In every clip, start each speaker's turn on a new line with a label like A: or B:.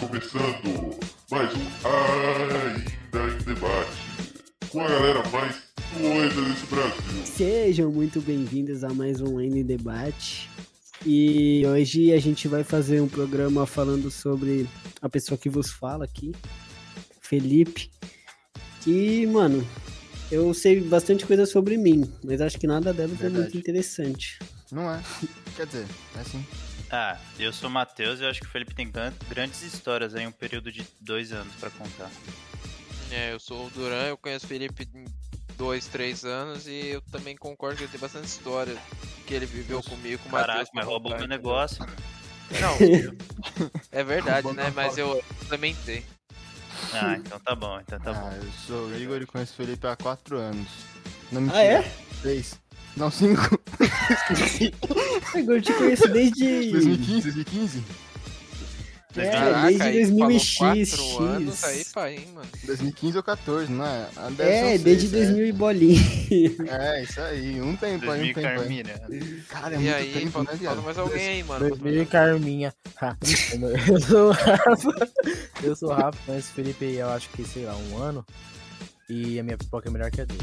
A: começando mais um Ainda em Debate com a galera mais doida desse Brasil.
B: Sejam muito bem-vindos a mais um Ainda em Debate. E hoje a gente vai fazer um programa falando sobre a pessoa que vos fala aqui, Felipe. E, mano, eu sei bastante coisa sobre mim, mas acho que nada dela foi
C: Verdade.
B: muito interessante.
C: Não é. Quer dizer, é assim.
D: Ah, eu sou o Matheus e eu acho que o Felipe tem gran- grandes histórias aí, um período de dois anos pra contar.
E: É, eu sou o Duran, eu conheço o Felipe em dois, três anos e eu também concordo que ele tem bastante história que ele viveu comigo, com o
D: Caraca,
B: tá
E: Matheus. pra
D: mas roubou
E: contar,
B: né?
D: meu
E: entendeu?
D: negócio.
E: Não, é verdade,
C: Roubou
E: né?
C: meu
E: Mas eu implementei.
D: Ah, então tá bom, então tá bom.
C: Ah, eu sou o Igor e conheço o Felipe há 4 anos. Não
B: Ah, é?
C: Seis. Não, 5.
B: Agora É eu te conheço desde.
C: 2015, 2015?
B: É,
E: Caraca,
B: desde
E: aí
B: 2000 e
E: falou quatro
B: X,
E: anos
B: X.
E: aí, pai, hein, mano.
C: 2015 ou 14, não é? Ah, deve ser
B: É,
C: um
B: desde
C: seis,
B: 2000 e bolinha.
C: É. é, isso aí. Um tempo aí,
D: 2000
C: um tempo aí.
D: Carmina.
C: Cara, é
E: e
C: muito
E: aí,
C: tempo,
E: fala,
C: né, viado?
E: fala mais alguém aí, mano.
F: Bebê Carminha. Ah, eu não- eu sou o Rafa. Eu sou o Rafa, conheço o Felipe aí, eu acho que, sei lá, um ano. E a minha pipoca é melhor que a dele.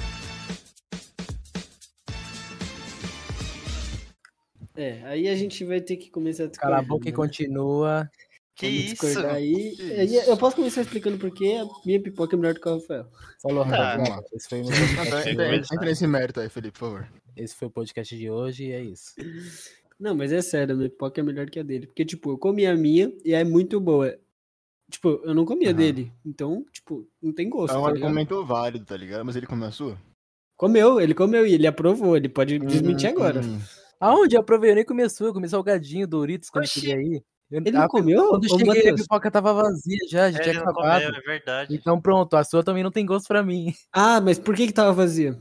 B: É, aí a gente vai ter que começar a
F: Cala a
B: discordar,
F: boca e
B: né?
F: continua.
D: Que
B: Vamos
D: isso?
B: discordar Aí.
C: Que
B: Aí
C: isso?
B: Eu posso começar explicando por que a minha pipoca é melhor do que o Rafael.
F: Falou,
D: Tá.
F: Rafa. vamos lá. Esse foi, o meu
C: Ah, tá,
F: podcast de
C: entra,
F: hoje.
C: entra nesse mérito aí, Felipe, por favor.
F: Esse foi o podcast de hoje e é isso.
B: Não, mas é sério, a minha pipoca é melhor que a dele. Porque, tipo, eu comi a minha e é muito boa. Tipo, eu não comia
C: Aham.
B: dele. Então, tipo, não tem gosto.
C: é um
B: tá ligado?
C: argumento válido, tá ligado? Mas ele comeu a sua?
B: Comeu, ele comeu e ele aprovou. Ele pode desmentir agora.
C: Hum,
F: Aonde? Eu provei, eu nem comi a sua, eu comi salgadinho, Doritos, quando eu
B: Oxi.
F: cheguei aí. Eu-
B: Ele não
F: a-
B: comeu?
F: Ah, Quando eu
B: Ô,
F: cheguei, a
B: Matheus.
F: pipoca tava vazia já, já
D: É,
F: tinha
D: Ele não
F: acabado.
D: comeu, é verdade.
F: Então pronto, a sua também não tem gosto pra mim.
B: Ah, mas por que que tava vazia?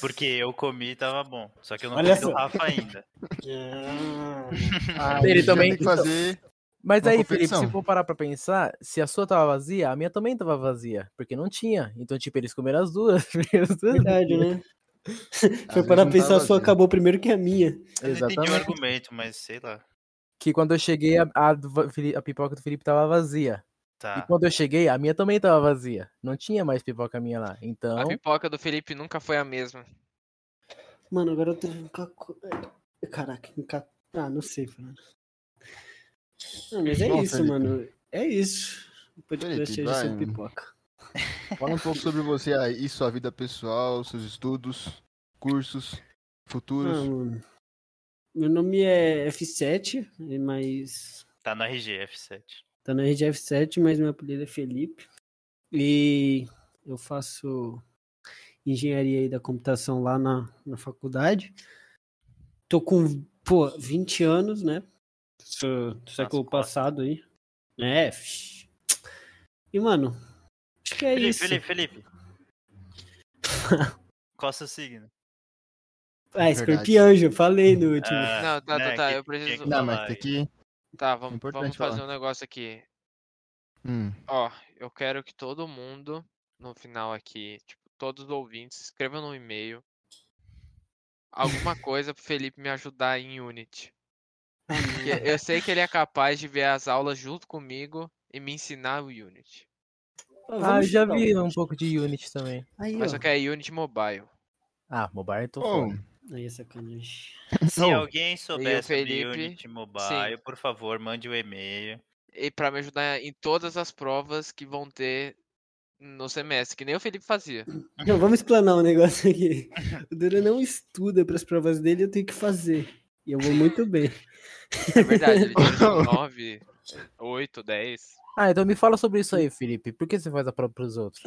D: Porque eu comi e tava bom. Só que eu não
F: Olha
D: comi do Rafa ainda.
C: ah,
F: Ele
C: a gente já
F: também-
C: Tem que fazer...
F: Mas
C: Uma
F: aí, Felipe, se
C: competição.
F: for parar pra pensar, se a sua tava vazia, a minha também tava vazia, porque não tinha. Então, tipo, eles comeram as duas. as duas.
B: Verdade, né? Foi
C: vezes
B: para
C: não tá
B: pensar, a sua
C: vazia.
B: acabou primeiro que a minha.
D: Eu não entendi o
F: Exatamente.
D: argumento, mas sei lá.
F: Que quando eu cheguei, a, a do Va- Fili- a pipoca do Felipe tava vazia. E
C: Ah.
D: Tá.
F: quando eu cheguei, a minha também tava vazia. Não tinha mais pipoca minha lá.
E: A
F: Então,
E: pipoca do Felipe nunca foi a mesma.
B: Mano, agora eu tô. encaco- é, Caraca, enca- ah, não sei, Fernando. Não, mas é
C: Bom,
B: isso,
C: Felipe.
B: mano. É isso. O podcast
C: Felipe,
B: hoje é
C: vai,
B: sobre
C: mano.
B: pipoca.
C: Fala um pouco sobre você aí, sua vida pessoal, seus estudos, cursos,
B: Ah,
C: futuros.
B: mano. Meu nome é F7, mas.
D: Tá na RGF7.
B: Tá na rede F7, mas meu apelido é Felipe. E eu faço engenharia aí da computação lá na, na faculdade. Tô com, pô, 20 anos, né? Sou do século
D: quase.
B: passado aí. É, fsh. E, mano, acho que é
D: Felipe,
B: isso.
D: Felipe, Felipe. Qual seu signo?
B: Ah, escorpião, já falei no último.
D: Ah,
E: Não, tá,
D: né,
E: tá, tá,
D: que-
E: eu preciso-
D: que-
C: Não,
D: falar
C: mas tem
D: aí.
C: que.
E: Tá, vamos, vamos
C: Importante
E: fazer
C: falar.
E: um negócio aqui.
C: Hum,
E: Ó, eu quero que todo mundo, no final aqui, tipo, todos os ouvintes, escrevam no e-mail alguma coisa pro Felipe me ajudar em Unity. Porque eu sei que ele é capaz de ver as aulas junto comigo e me ensinar o Unity.
F: ah, eu
B: vamos então.
F: já
B: chutar.
F: vi um pouco de Unity também.
B: Aí,
E: Mas só
B: ó.
E: que é Unity Mobile.
F: Ah, mobile eu tô
C: Bom,
F: fora.
B: Aí é sacanagem.
D: Se
C: Não.
D: alguém souber sobre
E: Felipe,
D: Unity Mobile, por favor, mande um e-mail.
E: E pra me ajudar em todas as provas que vão ter no semestre, que nem o Felipe fazia.
B: Não, vamos explanar um negócio aqui. O Dura não estuda para as provas dele, eu tenho que fazer. E eu vou muito bem.
E: É verdade, ele tinha tipo, 9, 8, 10.
F: Ah, então me fala sobre isso aí, Felipe. Por que você faz a prova pros outros?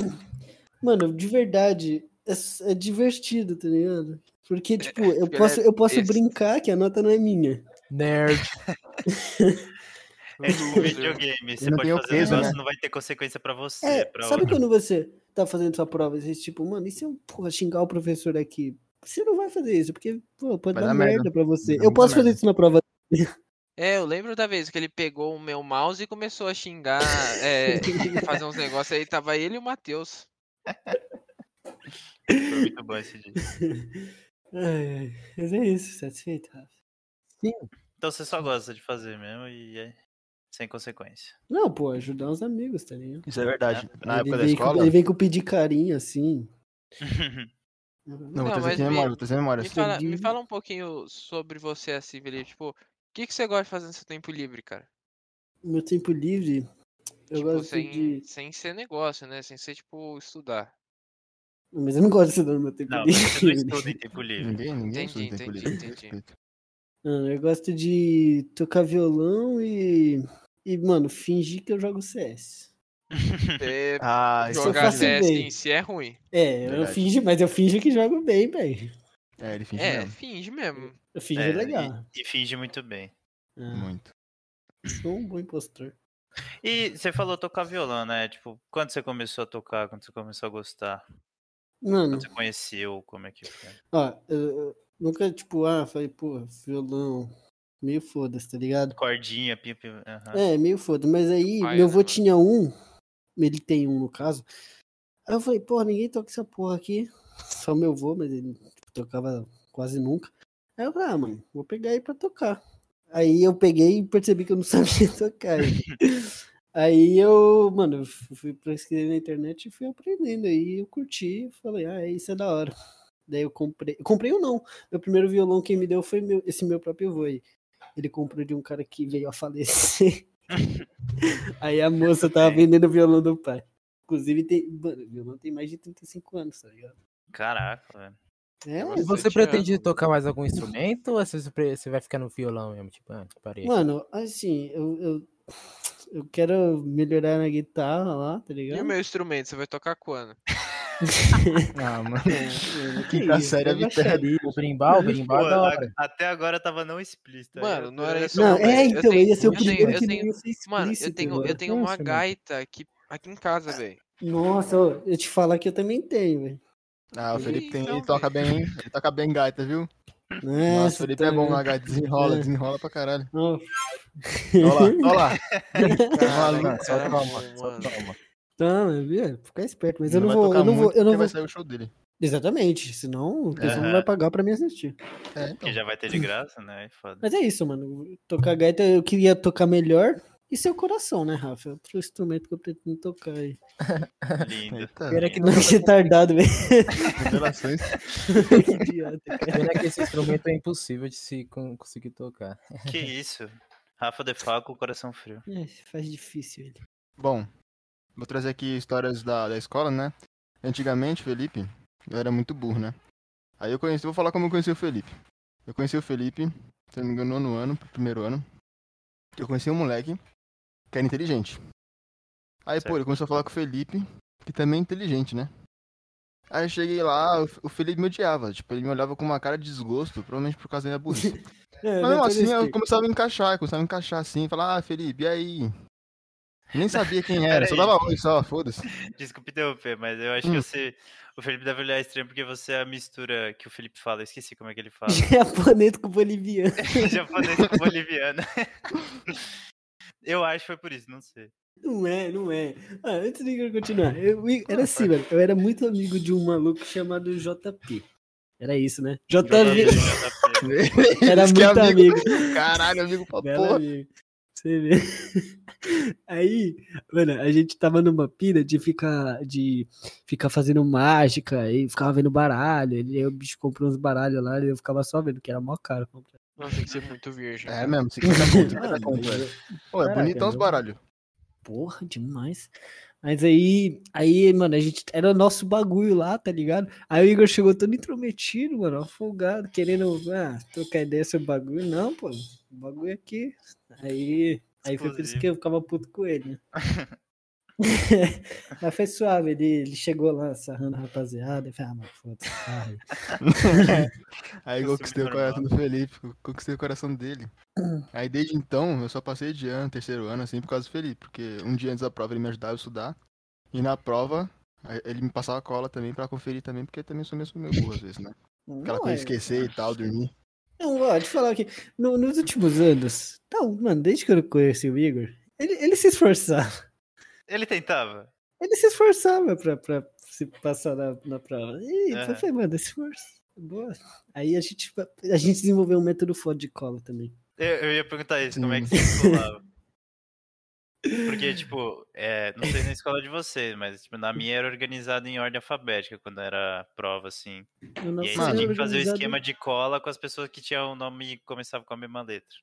B: Mano, de verdade, é, s- é divertido, tá ligado? Porque, tipo, eu
E: porque
B: posso,
E: ela é
B: eu posso
E: besta.
B: brincar que a nota não é minha.
F: Nerd.
D: É tipo um videogame, você
C: não
D: pode
C: tem o
D: fazer
C: peso,
D: negócio,
C: né?
D: não vai ter consequência pra você.
B: É,
D: pra
B: sabe
D: outro.
B: quando você tá fazendo sua prova e você, tipo, mano, e se eu porra, xingar o professor aqui? Você não vai fazer isso, porque pô, pode
C: Vai
B: dar,
C: dar merda.
B: merda pra você.
C: Vai dar
B: Eu
C: muita
B: posso fazer
C: merda.
B: isso na prova.
E: É, eu lembro da vez que ele pegou o meu mouse e começou a xingar, é, fazer uns negócios aí, tava ele e o Matheus.
D: Foi muito bom esse dia.
B: Ai, ai, mas é isso, satisfeito, é Rafa.
D: Então você só gosta de fazer mesmo e é- sem consequência.
B: Não, pô, ajudar os amigos, tá ligado?
C: Isso é verdade. Na
B: ele,
C: época da
B: vem com-
C: escola.
B: ele vem com pedir carinho, assim.
C: Não, vou
E: Não,
C: trazer
E: mas
C: aqui
E: me-
C: memória, vou trazer memória.
E: Me fala, me
B: Entendi.
E: fala um pouquinho sobre você, assim, Felipe. Tipo, o que, que você gosta de fazer no seu tempo livre, cara?
B: Meu tempo livre, eu
E: tipo,
B: gosto
E: sem,
B: de.
E: sem ser negócio, né? Sem ser, tipo, estudar.
B: Mas eu não gosto de estudar no meu tempo
D: Não, mas você não
B: livre.
D: estuda em tempo livre.
C: Ninguém, ninguém estuda
E: Entendi,
C: em tempo
E: entendi,
C: livre,
E: entendi.
C: respeito.
B: Mano, Ah, eu gosto de tocar violão e. E, mano, fingir que eu jogo CS.
E: Você
C: Ah, isso
B: eu
E: jogar
B: faço
C: é
E: CS
B: bem.
E: em si é ruim.
B: É, eu
C: Verdade.
B: finjo, mas eu finjo que jogo bem, velho.
C: É, ele finge
E: É,
C: mesmo.
E: finge mesmo.
B: Eu finjo
D: É,
B: legal.
D: E finge muito bem.
B: Ah,
C: Muito.
B: sou um bom impostor.
D: E você falou tocar violão, né? Tipo, quando você começou a tocar, quando você começou a gostar?
B: Mano,
D: Quando você conheceu, como é que foi?
B: ó, eu, eu nunca, tipo, ah, falei, pô, violão. Meio foda-se, tá ligado?
D: Cordinha, pipi. aham.
B: É, meio foda. Mas aí,
E: Paia,
B: meu
E: né,
B: avô
E: mano?
B: tinha um, ele tem um no caso. Aí eu falei, pô, ninguém toca essa porra aqui. Só meu avô, mas ele tocava quase nunca. Aí eu falei, ah, mano, vou pegar aí pra tocar. Aí eu peguei e percebi que eu não sabia tocar. aí eu, mano, eu fui pesquisar na internet e fui aprendendo. Aí eu curti, falei, ah, isso é da hora. Daí eu comprei. Comprei ou não? Meu primeiro violão quem me deu foi meu- esse meu próprio avô aí. Ele comprou de um cara que veio a falecer. aí a moça tava
C: É.
B: vendendo o violão do pai. Inclusive, tem, mano, o violão tem mais de 35 anos, tá ligado?
D: Caraca, velho.
B: É,
E: Eu
B: mano.
F: E você
E: Bastante
F: pretende
E: ano.
F: tocar mais algum instrumento ou você, você vai ficar no violão mesmo? Tipo, ah, parei.
B: Mano, assim, eu, eu, eu quero melhorar na guitarra lá, tá
E: E o
B: ligado?
E: meu instrumento, você vai tocar quando?
F: Ah, mano.
B: Mano, que
C: Quinta
B: isso,
C: série
B: é
C: é vitela.
B: baixaria.
F: O brimbal, o brimbal
D: Pô,
F: é da
D: a-
F: hora.
D: até agora tava não explícito. aí
E: Mano,
D: eu-
E: não era isso
B: Não,
E: velho.
B: é,
E: Eu
B: então,
E: tenho-
B: esse é o
E: eu tenho-
B: primeiro
E: eu
B: que
E: tenho-
B: não ia ser
E: Mano, eu
B: explícito,
E: tenho, eu
B: mano.
E: tenho um
F: Nossa,
E: uma
F: mano.
E: gaita aqui, aqui em casa, velho.
B: Nossa, ô, eu te falar que eu também tenho, velho.
C: Ah, o
B: Ih,
C: Felipe tem,
E: então,
C: ele toca bem, hein? ele toca bem gaita, viu? Nossa, o
B: Nossa,
C: Felipe é bom
B: também.
C: na gaita, desenrola,
B: tá É.
C: desenrola pra caralho.
B: Ó,
C: Olha lá, olha lá. Olha lá,
E: Caralho,
C: só
E: cara,
C: calma, só
E: mano.
C: calma.
B: Tá, viu? Fica esperto, mas eu não
C: Ele vai
B: vou,
C: tocar
B: eu não vou,
C: muito É.
B: eu não vou.
C: porque vai sair o show dele.
B: Exatamente, senão o pessoal não
D: Aham.
B: vai pagar pra me assistir.
C: É, então.
D: Que já vai ter de graça, né? Aí Foda.
B: Mas é isso, mano. Tocar gaita eu queria tocar melhor. E seu coração, né, Rafa? É outro instrumento que eu pretendo tocar aí.
D: Lindo.
C: Eita,
F: Pena que,
B: é Não, retardado, velho.
C: revelações.
B: Que idiota, cara.
F: pena que esse instrumento é impossível de se con- conseguir tocar.
D: Que isso? Rafa de Falco, coração frio.
B: É, faz difícil ele.
C: Bom, vou trazer aqui histórias da, da escola, né? Antigamente, Felipe, eu era muito burro, né? Aí eu conheci, vou falar como eu conheci o Felipe. Eu conheci o Felipe, se não me engano, no ano, pro primeiro ano. Eu conheci um moleque que era inteligente. Aí, pô,
D: Certo.
C: ele começou a falar com o Felipe, que também é inteligente, né? Aí eu cheguei lá, o- o Felipe me odiava, tipo, ele me olhava com uma cara de desgosto, provavelmente por causa da minha burrice.
B: É,
C: Mas mesmo
B: vai
C: assim, eu
B: parecer.
C: começava a encaixar, eu começava a encaixar assim, falar, ah, Felipe, e aí? Nem sabia quem era, só
D: Peraí.
C: dava oi só, foda-se.
D: Desculpe interromper, mas eu
C: Hum.
D: acho que você. O Felipe deve olhar estranho porque você é a mistura que o Felipe fala. Eu esqueci como é que ele fala.
B: Japonês com boliviano.
D: Japonês com boliviano. eu acho que foi por isso, não sei.
B: Não é, não é. Ah, antes de eu continuar, eu, eu- era assim, mano. Eu era muito amigo de um maluco chamado JP. Era isso, né?
D: JP,
B: JV
D: JP.
B: era
C: Diz que
B: muito
C: é
B: amigo.
C: Caralho, amigo pra
B: Bela
C: porra.
B: amiga. Você vê. Aí, mano, a gente tava numa pira de ficar, de ficar fazendo mágica e ficava vendo baralho. E aí o bicho comprou uns baralhos lá e eu ficava só vendo, que era mó caro. comprar.
E: Nossa, tem que ser muito virgem.
C: É
E: cara.
C: mesmo, 50 conto, 50
B: Mano,
C: conto.
B: mas
C: é.
B: eu-
C: Pô, é
B: Caraca,
C: bonitão os
B: meu.
C: baralhos.
B: Porra, demais. Mas aí, aí, mano, a gente era o nosso bagulho lá, tá ligado? Aí o Igor chegou todo intrometido, mano, afogado, querendo ah, trocar ideia sobre o bagulho. Não, pô, o bagulho aqui. Aí, aí foi por isso que eu ficava puto com ele, né? Mas foi suave, ele, ele chegou lá sarrando a rapaziada. Eu falei, ah, mano, foda-se. vai. É.
C: Aí eu
D: Costume
C: conquistei o
D: normal.
C: coração do Felipe, co- conquistei o coração dele. Aí desde então, eu só passei de ano, terceiro ano, assim, por causa do Felipe. Porque um dia antes da prova ele me ajudava a estudar. E na prova, aí ele me passava cola também pra conferir também, porque eu também sou meio sou meio burro às vezes, né? Aquela
B: Não,
C: coisa de
B: é-
C: esquecer e tal, dormir.
B: Não, ó, deixa eu falar aqui. No- nos últimos anos, não, mano, desde que eu conheci o Igor, ele, ele se esforçava.
D: Ele tentava.
B: ele se esforçava pra, pra se passar na, na prova. E
D: Aham.
B: eu falei, mano, esforço. Boa. Aí a gente, tipo, a gente desenvolveu um método foda de cola também.
C: Hum.
D: Eu, eu ia perguntar isso, como é que
C: Sim.
D: você colava? Porque, tipo, é, não sei na escola de vocês, mas tipo, na minha era organizada em ordem alfabética quando era prova, assim.
B: Eu não
D: e aí
B: sei
D: você tinha que fazer o
B: organizado-
D: esquema de cola com as pessoas que tinham o nome e começavam com a mesma letra.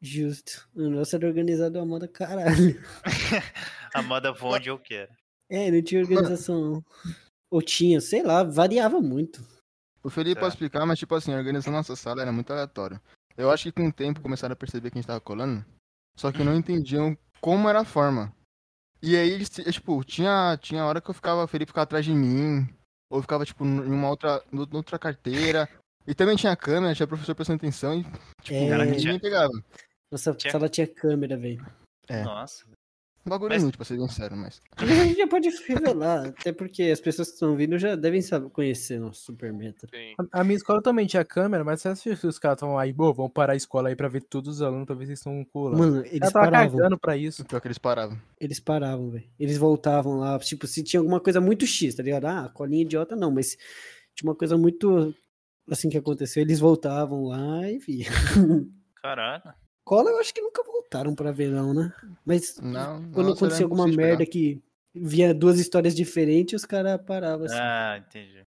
B: Justo. O nosso era organizado a moda caralho.
D: A moda foi onde eu quero.
B: É, não tinha organização. não. Ou tinha, sei lá, variava muito.
C: O Felipe
D: Tá.
C: pode explicar, mas tipo assim, a organização da nossa sala era muito aleatória. Eu acho que com o tempo começaram a perceber que a gente tava colando, só
B: Uhum.
C: que não entendiam como era a forma. E aí, eles, ti- tipo, tinha, tinha hora que eu ficava, o Felipe ficava atrás de mim, ou ficava, tipo, n- em uma outra, nu- noutra carteira. E também tinha câmera, tinha professor prestando atenção e, tipo,
B: É.
D: Caraca,
C: ninguém
D: tinha-
C: pegava.
B: Nossa
D: Tinha-
B: sala tinha câmera, velho.
C: É.
D: Nossa.
C: Um bagulho
D: Mas-
C: inútil, pra ser bem sério, mas...
B: A gente já pode revelar, até porque as pessoas que estão vindo já devem saber conhecer nosso super meta.
E: Sim.
F: A, a minha escola também tinha câmera, mas você assistiu que os caras estão aí, pô, vamos parar a escola aí pra ver todos os alunos, pra ver se eles estão colando.
B: Mano,
F: Ela
B: eles
F: tava
B: paravam.
F: cagando pra isso.
C: Pior é que eles paravam.
B: Eles paravam, velho. Eles voltavam lá. Tipo, se tinha alguma coisa muito X, tá ligado? Ah, colinha idiota não, mas tinha uma coisa muito assim que aconteceu. Eles voltavam lá e via.
D: Caralho.
B: Cola eu acho que nunca voltaram pra ver, não, né? Mas
C: Não,
B: quando
C: nossa, era
B: acontecia alguma
C: impossível
B: merda que via duas histórias diferentes, os caras paravam
C: É.
B: assim.
D: Ah, entendi.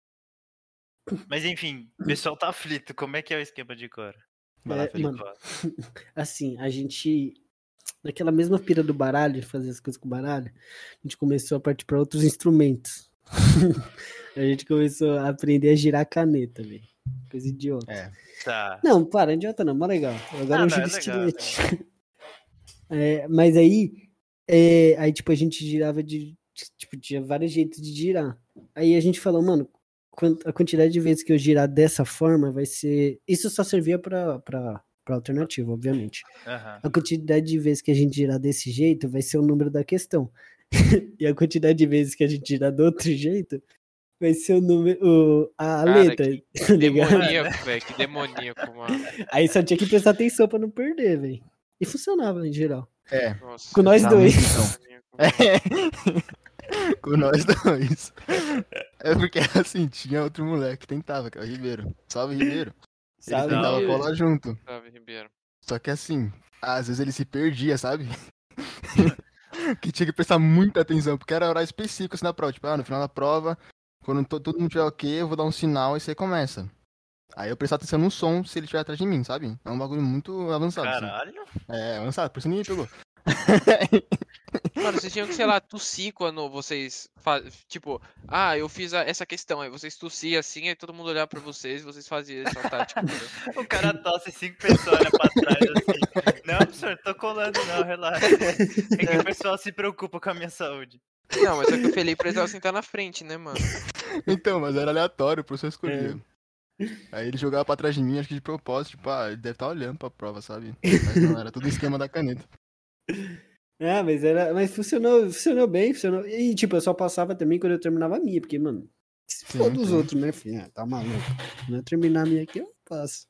D: Mas enfim, o pessoal tá aflito. Como é que é o esquema de cora?
C: Vai lá,
B: É,
C: Felipe.
B: mano. assim, a gente. Naquela mesma pira do baralho, de fazer as coisas com baralho, a gente começou a partir para outros instrumentos. a gente começou a aprender a girar a caneta, velho. Coisa idiota.
C: É.
D: Tá.
B: Não, para, idiota não, mas legal. Agora
D: Ah,
B: eu
D: não, é
B: giro
D: legal,
B: estilete. É, mas aí, é, aí, tipo, a gente girava de. Tipo, tinha vários jeitos de girar. Aí a gente falou, mano, quan- a quantidade de vezes que eu girar dessa forma vai ser. Isso só servia pra, pra, pra alternativa, obviamente
D: Aham.
B: a quantidade de vezes que a gente girar desse jeito vai ser o número da questão. e a quantidade de vezes que a gente girar do outro jeito vai ser o número. o- a a
E: Cara,
B: letra. tá ligado?
E: Demoníaco, velho. Que demoníaco, mano.
B: Aí só tinha que prestar atenção pra não perder, velho. E funcionava em geral.
C: É,
E: Nossa,
B: Com nós
C: Tá
B: dois.
C: muito, então. Com nós dois. É porque assim, tinha outro moleque que tentava, que é o Ribeiro. Salve, Ribeiro. Ele
B: Sabe?
C: tentava
E: Ribeiro.
C: colar junto.
E: Sabe, Ribeiro.
C: Só que assim, às vezes ele se perdia, sabe? que tinha que prestar muita atenção, porque era horário específico assim na prova. Tipo, ah, no final da prova, quando to- todo mundo tiver ok, eu vou dar um sinal e você começa. Aí eu prestar atenção no som se ele estiver atrás de mim, sabe? É um bagulho muito avançado. assim.
D: Caralho.
C: É, avançado, por isso ninguém pegou.
E: Mano, vocês tinham que, sei lá, tossir quando vocês. fa- Tipo, ah, eu fiz a- essa questão. Aí vocês tossiam assim, aí todo mundo olhava pra vocês e vocês faziam essa tática. entendeu?
D: O cara tosse cinco pessoas olha pra trás assim. Não, senhor, tô colando, não, relaxa. É que o pessoal se preocupa com a minha saúde.
E: Não, mas só que o Felipe precisava sentar na frente, né, mano?
C: Então, mas era aleatório, o professor escolhia.
B: É.
C: Aí ele jogava pra trás de mim, acho que de propósito, tipo, ah, ele deve estar olhando pra prova, sabe? Mas não, era tudo esquema da caneta.
B: É, mas era. Mas funcionou, funcionou bem, funcionou. E tipo, eu só passava também quando eu terminava a minha, porque, mano, se
C: Sim,
B: for dos
C: sim.
B: outros, né, filho? Ah, Tá maluco. Não eu terminar a minha aqui, eu passo.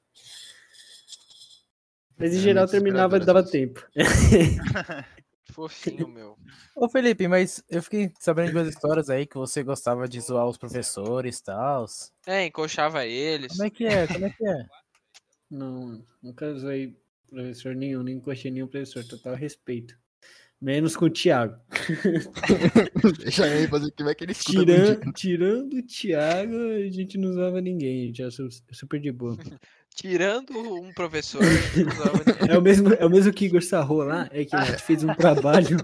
B: Mas em
C: É,
B: geral
C: muito
B: terminava e
C: desesperador, às
B: dava
C: vezes.
B: tempo.
E: Fofinho, meu.
F: Ô Felipe, mas eu fiquei sabendo de umas histórias aí que você gostava de zoar os professores e tal.
E: É, encoxava eles.
F: Como é que é? Como é que é?
B: Não, nunca usei professor nenhum, nem encoxei nenhum professor, total respeito. Menos com o Thiago.
C: Deixa ele fazer o que vai que ele escuta do dia.
B: Tirando, tirando o Thiago, a gente não usava ninguém, a gente era su- super de boa.
E: Tirando um professor, não usava ninguém.
B: É o mesmo, é o mesmo que Igor sarrou lá, é que a gente fez um trabalho.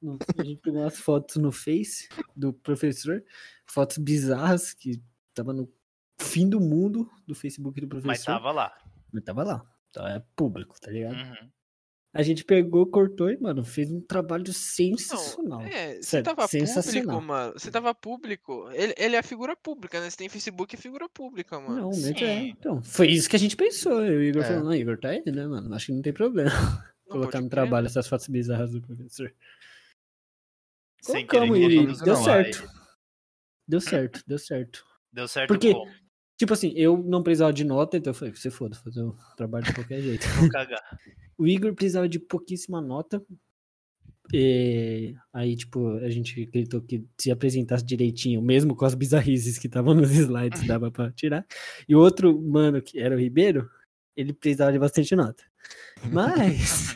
B: no- A gente pegou umas fotos no Face do professor, fotos bizarras que tava no fim do mundo do Facebook do professor.
D: Mas tava lá.
B: mas tava lá. Então é público, tá ligado?
D: Uhum.
B: A gente pegou, cortou e, mano, fez um trabalho sensacional.
E: É, você
B: Sério,
E: tava
B: sensacional.
E: público, mano. Você tava público. Ele, ele é figura pública, né? Você tem Facebook é figura pública, mano.
B: Não, mas é.
D: sim.
B: Então, foi isso que a gente pensou. Eu e o Igor
C: É.
B: falou, não, Igor tá aí, né, mano? Acho que não tem problema
E: Não
B: colocar
E: pode
B: no
E: crer, né?
B: trabalho essas fotos bizarras do professor.
D: Sem
B: Colocamos
D: querer,
B: e
D: colocamos,
B: é deu
D: não,
B: certo.
D: aí
B: Deu certo, deu certo.
D: Deu certo
B: Porque-
D: como?
B: Tipo assim, eu não precisava de nota, então eu falei, você foda, fazer o trabalho de qualquer jeito.
D: Vou cagar.
B: O Igor precisava de pouquíssima nota. E aí, tipo, a gente gritou que se apresentasse direitinho, mesmo com as bizarrices que estavam nos slides, dava pra tirar. E o outro mano, que era o Ribeiro, ele precisava de bastante nota. Mas.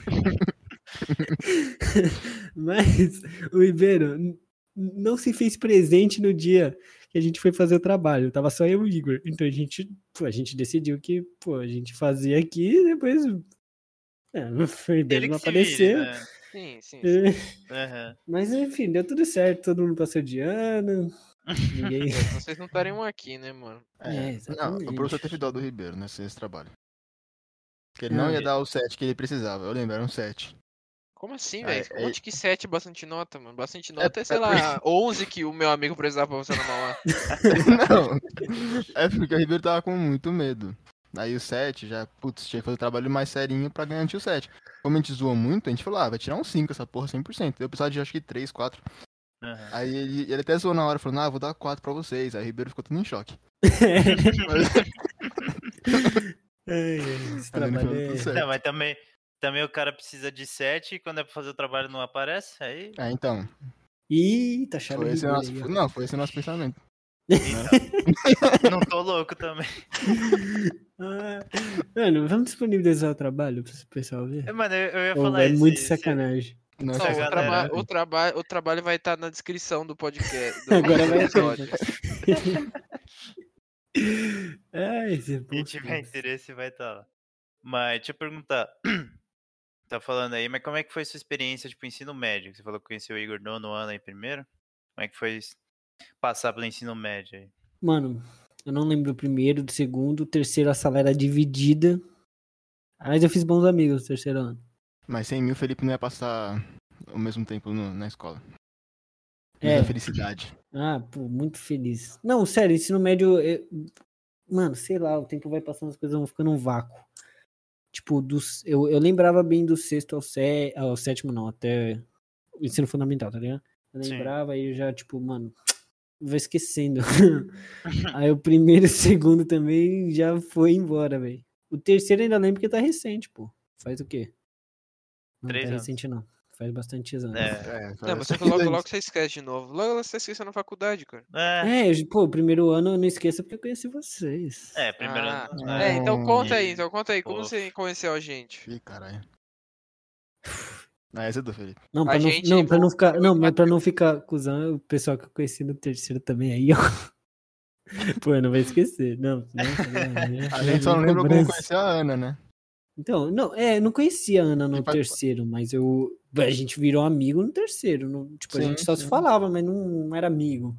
B: Mas o Ribeiro n- não se fez presente no dia que a gente foi fazer o trabalho. Tava só eu e o Igor. Então a gente, pô, a gente decidiu que, pô, a gente fazia aqui e depois. É, o Ribeiro
D: Ele
B: não
D: que se vire,
B: apareceu.
D: né?
E: Sim, sim. sim.
B: É,
D: Aham.
B: Mas enfim, deu tudo certo. Todo mundo passou de ano. Ninguém.
E: Vocês não estariam aqui, né, mano?
B: É,
C: Não,
B: exatamente.
C: o professor teve dó do Ribeiro nesse esse trabalho. Porque ele não,
B: Não,
C: ia
D: ele-
C: dar o 7 que ele precisava. Eu lembro, era um 7.
E: Como assim,
C: Ah,
E: velho?
C: é-
E: Onde que 7 é bastante nota, mano? Bastante nota é, sei
C: é por
E: lá, 11 que o meu amigo precisava pra você na mão
C: não. É porque o Ribeiro tava com muito medo. Aí o 7 já, putz, tinha que fazer o trabalho mais serinho pra garantir o 7. Como a gente zoou muito, a gente falou, ah, vai tirar um 5 essa porra 100%. Eu precisava de acho que 3, 4.
D: aham.
C: Aí ele, ele até zoou na hora, falando, ah, vou dar 4 pra vocês. Aí o Ribeiro ficou todo em choque.
B: Ai, ai, esse
C: Aí
D: Tá
C: ele
B: trabalho
C: falou, tudo
B: é-
C: certo.
D: Não, mas também, também o cara precisa de 7 e quando é pra fazer o trabalho não aparece, aí.
C: Ah, então,
B: Ih, tá achando
C: foi esse,
B: Ribeiro
C: nosso,
B: aí, ó.
C: não, foi esse nosso pensamento.
D: então, não tô louco também.
B: Ah, Mano, vamos disponibilizar o trabalho pra esse pessoal ver?
D: Mano, eu, eu ia
B: Ou
D: falar
B: é
D: isso.
B: muito
D: isso.
B: sacanagem.
C: Não, é
E: Não,
D: Essa
E: o,
D: galera,
E: traba-
D: velho.
E: o, traba o trabalho vai estar na descrição do podcast. do
B: Agora vai
E: episódio.
B: Ai, esse é
D: Quem
B: bom,
D: tiver
B: cara.
D: interesse vai estar lá. Mas deixa eu perguntar. tá falando aí, mas como é que foi sua experiência, tipo, ensino médio? Você falou que conheceu o Igor nono ano aí primeiro. Como é que foi s- passar pelo ensino médio aí?
B: Mano, eu não lembro o primeiro, do segundo, o terceiro a sala era dividida. Ah, Mas eu fiz bons amigos no terceiro ano.
C: Mas 100 mil, o Felipe não ia passar ao mesmo tempo no- na escola.
B: É.
C: É. felicidade.
B: Ah, pô, muito feliz. Não, sério, ensino médio. eu- Mano, sei lá, o tempo vai passando, as coisas vão ficando um vácuo. Tipo, dos... eu, eu lembrava bem do sexto ao, sé... ao sétimo, não, até o ensino fundamental, tá ligado? Eu
D: Sim.
B: lembrava e eu já, tipo, mano, vai esquecendo. Aí o primeiro e o segundo também já foi embora, velho. O terceiro eu ainda lembro porque tá recente, pô. Faz o quê? Não
D: Três
B: tá
D: anos.
B: recente, não. Faz bastante anos.
D: É.
C: É,
E: Não, mas só que logo, logo você esquece de novo. Logo você tá esquecendo na faculdade, cara.
D: É,
B: É, eu- pô, o primeiro ano eu não esqueço porque eu conheci vocês.
D: é primeiro
E: Ah,
D: ano.
C: Ah.
E: É, então conta aí, então conta aí. Como
D: Pô.
E: você conheceu a gente?
C: Ih, caralho. Ah, essa é do Felipe.
B: Não,
E: A
B: pra não,
E: gente
B: não, pra não
E: envolveu
B: ficar, não,
E: o
B: mas pra não ficar cuzão, o pessoal que eu conheci no terceiro também aí, ó. Pô, não vai esquecer, não. não, tá ligado, né?
C: A gente só não lembra como
B: Lembrança.
C: conheceu a Ana, né?
B: Então, não, é, eu não conhecia a Ana no
C: Ele faz-
B: terceiro, mas eu, a gente virou amigo no terceiro, no- tipo, a
C: Sim,
B: gente só se
C: sim.
B: falava, mas não, não era amigo.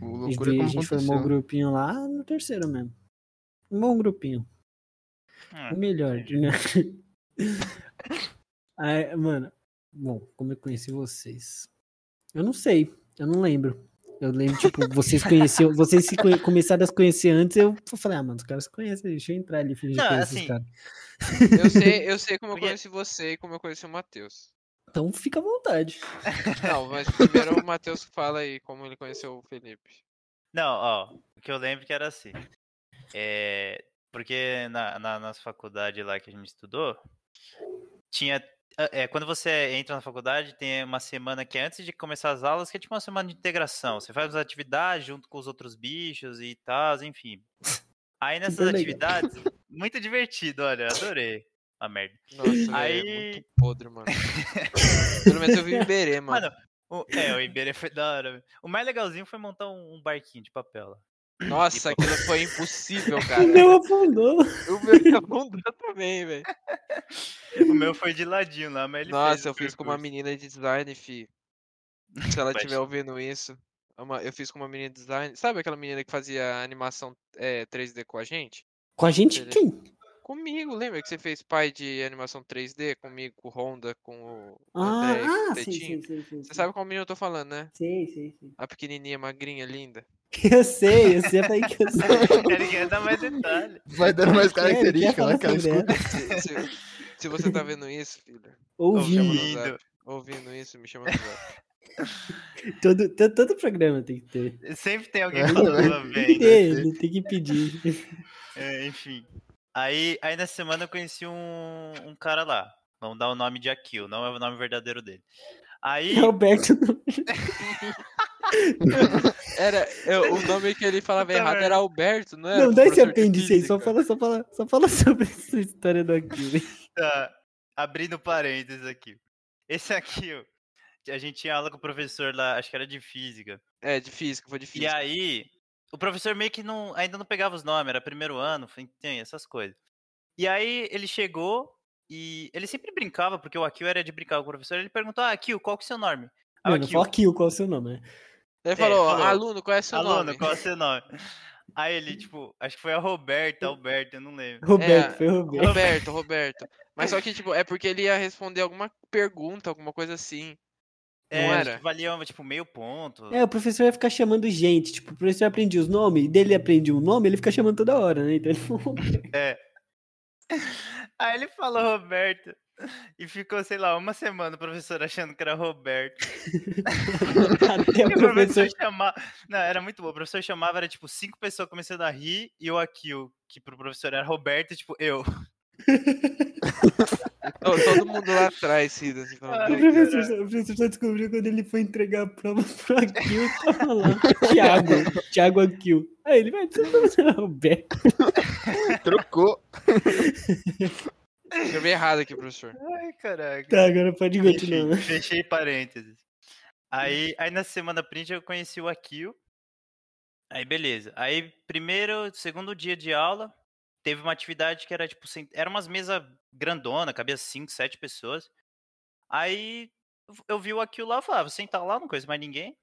C: O
B: E
C: loucura
B: daí a
C: é como
B: gente
C: aconteceu.
B: formou um grupinho lá no terceiro mesmo. Um bom grupinho.
D: Ah,
B: O melhor, né? Aí, mano, bom, como eu conheci vocês? Eu não sei, eu não lembro. Eu lembro, tipo, vocês conheciam, vocês se conhe- começaram a se conhecer antes, eu falei, ah, mano, os caras se conhecem, deixa eu entrar ali, fingir
D: Não,
B: que conheço os
D: assim,
B: caras.
E: Eu sei, eu sei como eu
D: Porque-
E: conheci você e como eu conheci o Matheus.
B: Então fica à vontade.
E: Não, mas primeiro o Matheus fala aí como ele conheceu o Felipe.
D: Não, ó, o que eu lembro que era assim. É, porque na, na nossa faculdade lá que a gente estudou, tinha. ah, é, quando você entra na faculdade, tem uma semana que é antes de começar as aulas, que é tipo uma semana de integração. Você faz as atividades junto com os outros bichos e tal, enfim. Aí nessas
B: legal.
D: atividades, muito divertido, olha, adorei. Uma merda.
E: Nossa, velho, é
D: Aí-
E: muito podre, mano. Pelo menos eu vi em Iberê, mano.
D: Mano, O- é, o Iberê foi da hora. velho. O mais legalzinho foi montar um, um barquinho de papel lá.
E: Nossa, aquilo foi impossível, cara.
B: O meu afundou.
E: O meu tá afundando também, velho.
D: O meu foi de ladinho lá, mas ele fez
E: Nossa,
D: o
E: eu fiz com uma
D: percurso.
E: menina de design, fi. Se ela
D: Vai
E: estiver
D: te-
E: ouvindo isso. é uma- eu fiz com uma menina de design. Sabe aquela menina que fazia animação é, 3D com a gente?
B: Com a gente,
E: Beleza.
B: quem?
E: Comigo, lembra que você fez pai de animação 3D comigo, com o Honda, com o André, e com
B: Ah,
E: o
B: ah sim,
E: Tetinho?
B: sim, sim, sim.
E: Você sabe qual menina eu tô falando, né?
B: Sim, sim, sim.
E: A pequenininha, magrinha, linda.
B: Eu sei, eu sei, eu falei que eu sei.
D: Ele quer dar mais detalhe.
C: Vai dando mais
B: Quero, quero
C: característica
B: é? falar
C: lá, cara.
B: sobre
C: Escuta.
B: ela.
E: Se, se- se você tá vendo isso, filho,
B: Ouvi.
E: chama no
D: Ouvindo.
E: zap. Ouvindo isso, me chama no zap.
B: Todo, todo, todo programa tem que ter.
D: Sempre tem alguém
C: É,
D: falando
B: Tem que
D: bem. né?
B: ter, tem que pedir.
D: É, enfim. Aí, aí nessa semana eu conheci um, um cara lá. Vamos dar o nome de Akil, não é o nome verdadeiro dele. Aí.
B: É Alberto
E: Era, eu- o nome que ele falava
D: Puta
E: errado
D: merda.
E: era Alberto, não era?
B: Não,
E: do
B: dá esse
E: É, professor de
B: apêndice aí, só
E: física?
B: fala, só fala, só fala sobre essa história do Aquiles.
D: Tá, abrindo parênteses aqui. Esse aqui, ó, a gente tinha aula com o professor lá, acho que era de física.
E: É, de física, foi de
D: E
E: física.
D: aí, o professor meio que não, ainda não pegava os nomes, era primeiro ano, foi- tem essas coisas. E aí ele chegou e ele sempre brincava, porque o Akil era de brincar com o professor, ele perguntou, ah, Akil, qual que é o seu nome? Aí o
B: Mano,
D: Akil,
B: fala Kill, qual é o seu nome, né?
E: Ele falou,
D: falou,
E: aluno, qual é seu
D: aluno,
E: nome?
D: qual é o seu nome? Aí ele, tipo, acho que foi a Roberta, Alberta, eu não lembro.
B: Roberto,
E: É,
B: foi o Roberto.
E: Roberto, Roberto. Mas só que, tipo, é porque ele ia responder alguma pergunta, alguma coisa assim.
D: É,
E: Não
D: acho
E: era?
D: que valia, tipo, meio ponto.
B: É, o professor ia ficar chamando gente. Tipo, o professor aprendia os nomes, e dele aprendia um nome, ele fica chamando toda hora, né? Então ele falou.
D: Aí ele falou Roberto. E ficou, sei lá, uma semana o professor achando que era Roberto.
B: Até
D: E
B: o
D: o professor
B: professor.
D: chamava. Não, era muito bom. O professor chamava, era tipo cinco pessoas começando a rir e o Akil, que pro professor era Roberto, tipo, eu.
E: Todo- todo mundo lá atrás, rindo, assim,
D: Ah.
E: falando,
B: O
E: "Ai, cara".
B: professor, só- o professor só descobriu quando ele foi entregar a prova pro Aquil, tava lá. Tiago, Tiago Aquil. Aí ele vai é dizer, Roberto.
C: Trocou.
E: Escrevi errado aqui, professor.
D: Ai, caraca.
B: Tá, agora pode
D: Enfim,
B: continuar.
D: fechei parênteses. Aí, aí na semana print eu conheci o Akil. Aí beleza. Aí primeiro, segundo dia de aula, teve uma atividade que era tipo, sem- era umas mesas grandona, cabia 5, 7 pessoas. Aí eu vi o Akil lá, eu falava, sentar lá, não conheço mais ninguém.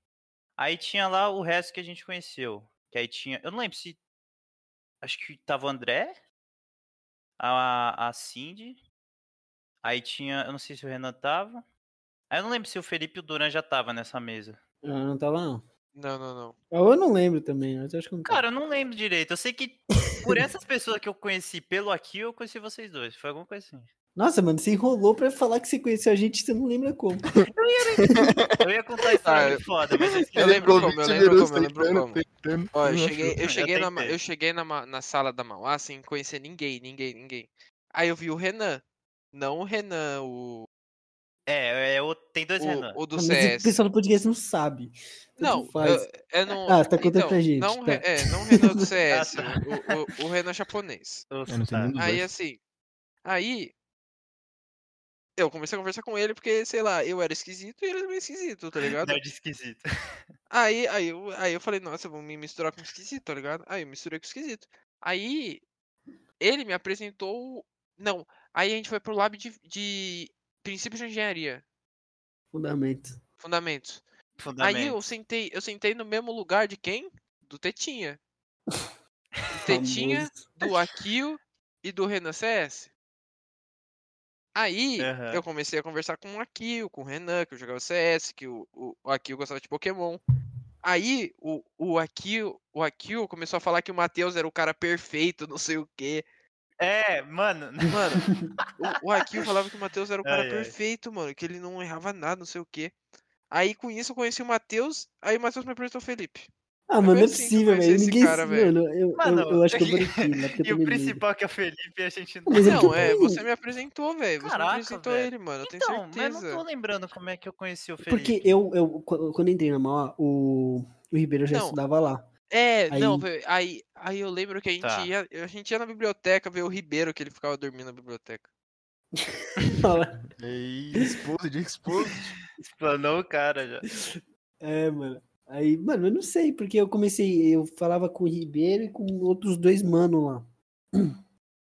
D: Aí tinha lá o resto que a gente conheceu, que aí tinha, eu não lembro se acho que tava o André, a a Cindy, Aí tinha, eu não sei se o Renan tava. Aí eu não lembro se o Felipe e o Duran já tava nessa mesa.
B: Ah, não tava não.
E: Não, não, não.
B: Ah, Eu não lembro também, mas eu acho que não tava.
D: Cara, eu não lembro direito. Eu sei que por essas pessoas que eu conheci pelo aqui, eu conheci vocês dois. Foi alguma coisa assim.
B: Nossa, mano, você enrolou pra falar que você conheceu a gente, você não lembra como.
D: Eu ia contar a história
E: Ah,
D: de foda, mas eu
E: Eu
D: esqueci.
E: lembro como, eu lembro como, eu lembro como.
C: tentando.
E: Ó, eu
C: não
E: cheguei, eu
D: Eu
E: cheguei, na, ma-
D: tentei.
E: eu cheguei na, ma- na sala da Mauá sem conhecer ninguém, ninguém, ninguém. Aí eu vi o Renan. Não o Renan, o,
D: É, é o- tem dois Renan.
E: o, o do
B: Mas
E: CS.
B: o pessoal do podcast não sabe. Tanto
E: Não,
B: faz.
E: eu- é não.
B: Ah, tá contando
E: então,
B: pra gente,
E: Não, o
B: tá.
E: Re- É, não o Renan do CS,
D: tá.
E: o, o, o Renan japonês.
D: Eu
C: não sei nem do- Os
E: Aí
C: dois.
E: assim. Aí. Eu comecei a conversar com ele porque, sei lá, eu era esquisito e ele era meio esquisito, tá ligado?
D: Nerd esquisito.
E: Aí, aí, eu, aí eu falei, nossa, eu vou me misturar com o esquisito, tá ligado? Aí eu misturei com o esquisito. Aí ele me apresentou. o- Não, aí a gente foi pro lab de, de princípios de engenharia,
B: Fundamento.
E: fundamentos.
D: Fundamento.
E: Aí eu sentei, eu sentei no mesmo lugar de quem? Do Tetinha. Do Tetinha,
B: Famoso.
E: do Akio e do Renan CS. Aí
D: Aham.
E: eu comecei a conversar com o Akio, com o Renan, que eu jogava CS, que o, o, o Akio gostava de Pokémon. Aí o, o, Akio, o Akio começou a falar que o Matheus era o cara perfeito, não sei o quê.
D: É, mano.
E: Mano, o, o Akio falava que o Matheus era o cara
D: Ai, ai.
E: perfeito, mano, que ele não errava nada, não sei o quê. Aí com isso eu conheci o Matheus, aí o Matheus me apresentou o Felipe.
B: Ah, mano, não é
E: Eu sinto
B: possível,
E: conhecer
B: velho.
E: esse
B: Ninguém.
E: cara, velho.
B: Mano, eu,
D: Mano,
B: eu, eu acho que eu vou
D: e-
B: aqui, né, porque eu
D: E o
B: também lembro.
D: principal que é o Felipe, a gente não.
B: Mas é
E: Não,
B: porque
E: é,
B: eu-
E: você me apresentou, velho. Você me
D: Caraca,
E: apresentou
D: velho.
E: ele, mano. Eu tenho
D: Então, mas eu não
E: certeza.
D: tô lembrando como é que eu conheci o Felipe.
B: Porque eu, eu, qu- quando eu entrei na Mauá, o, o Ribeiro já
E: Não.
B: estudava lá.
E: É, não,
B: Aí-
E: velho. Aí, aí eu lembro que a gente,
D: Tá.
E: ia, a gente ia na biblioteca ver o Ribeiro, que ele ficava dormindo na biblioteca.
C: Ei, exposed, exposed.
D: Explanou o cara já.
B: É, mano. Aí, mano, eu não sei, porque eu comecei, eu falava com o Ribeiro e com outros dois mano lá.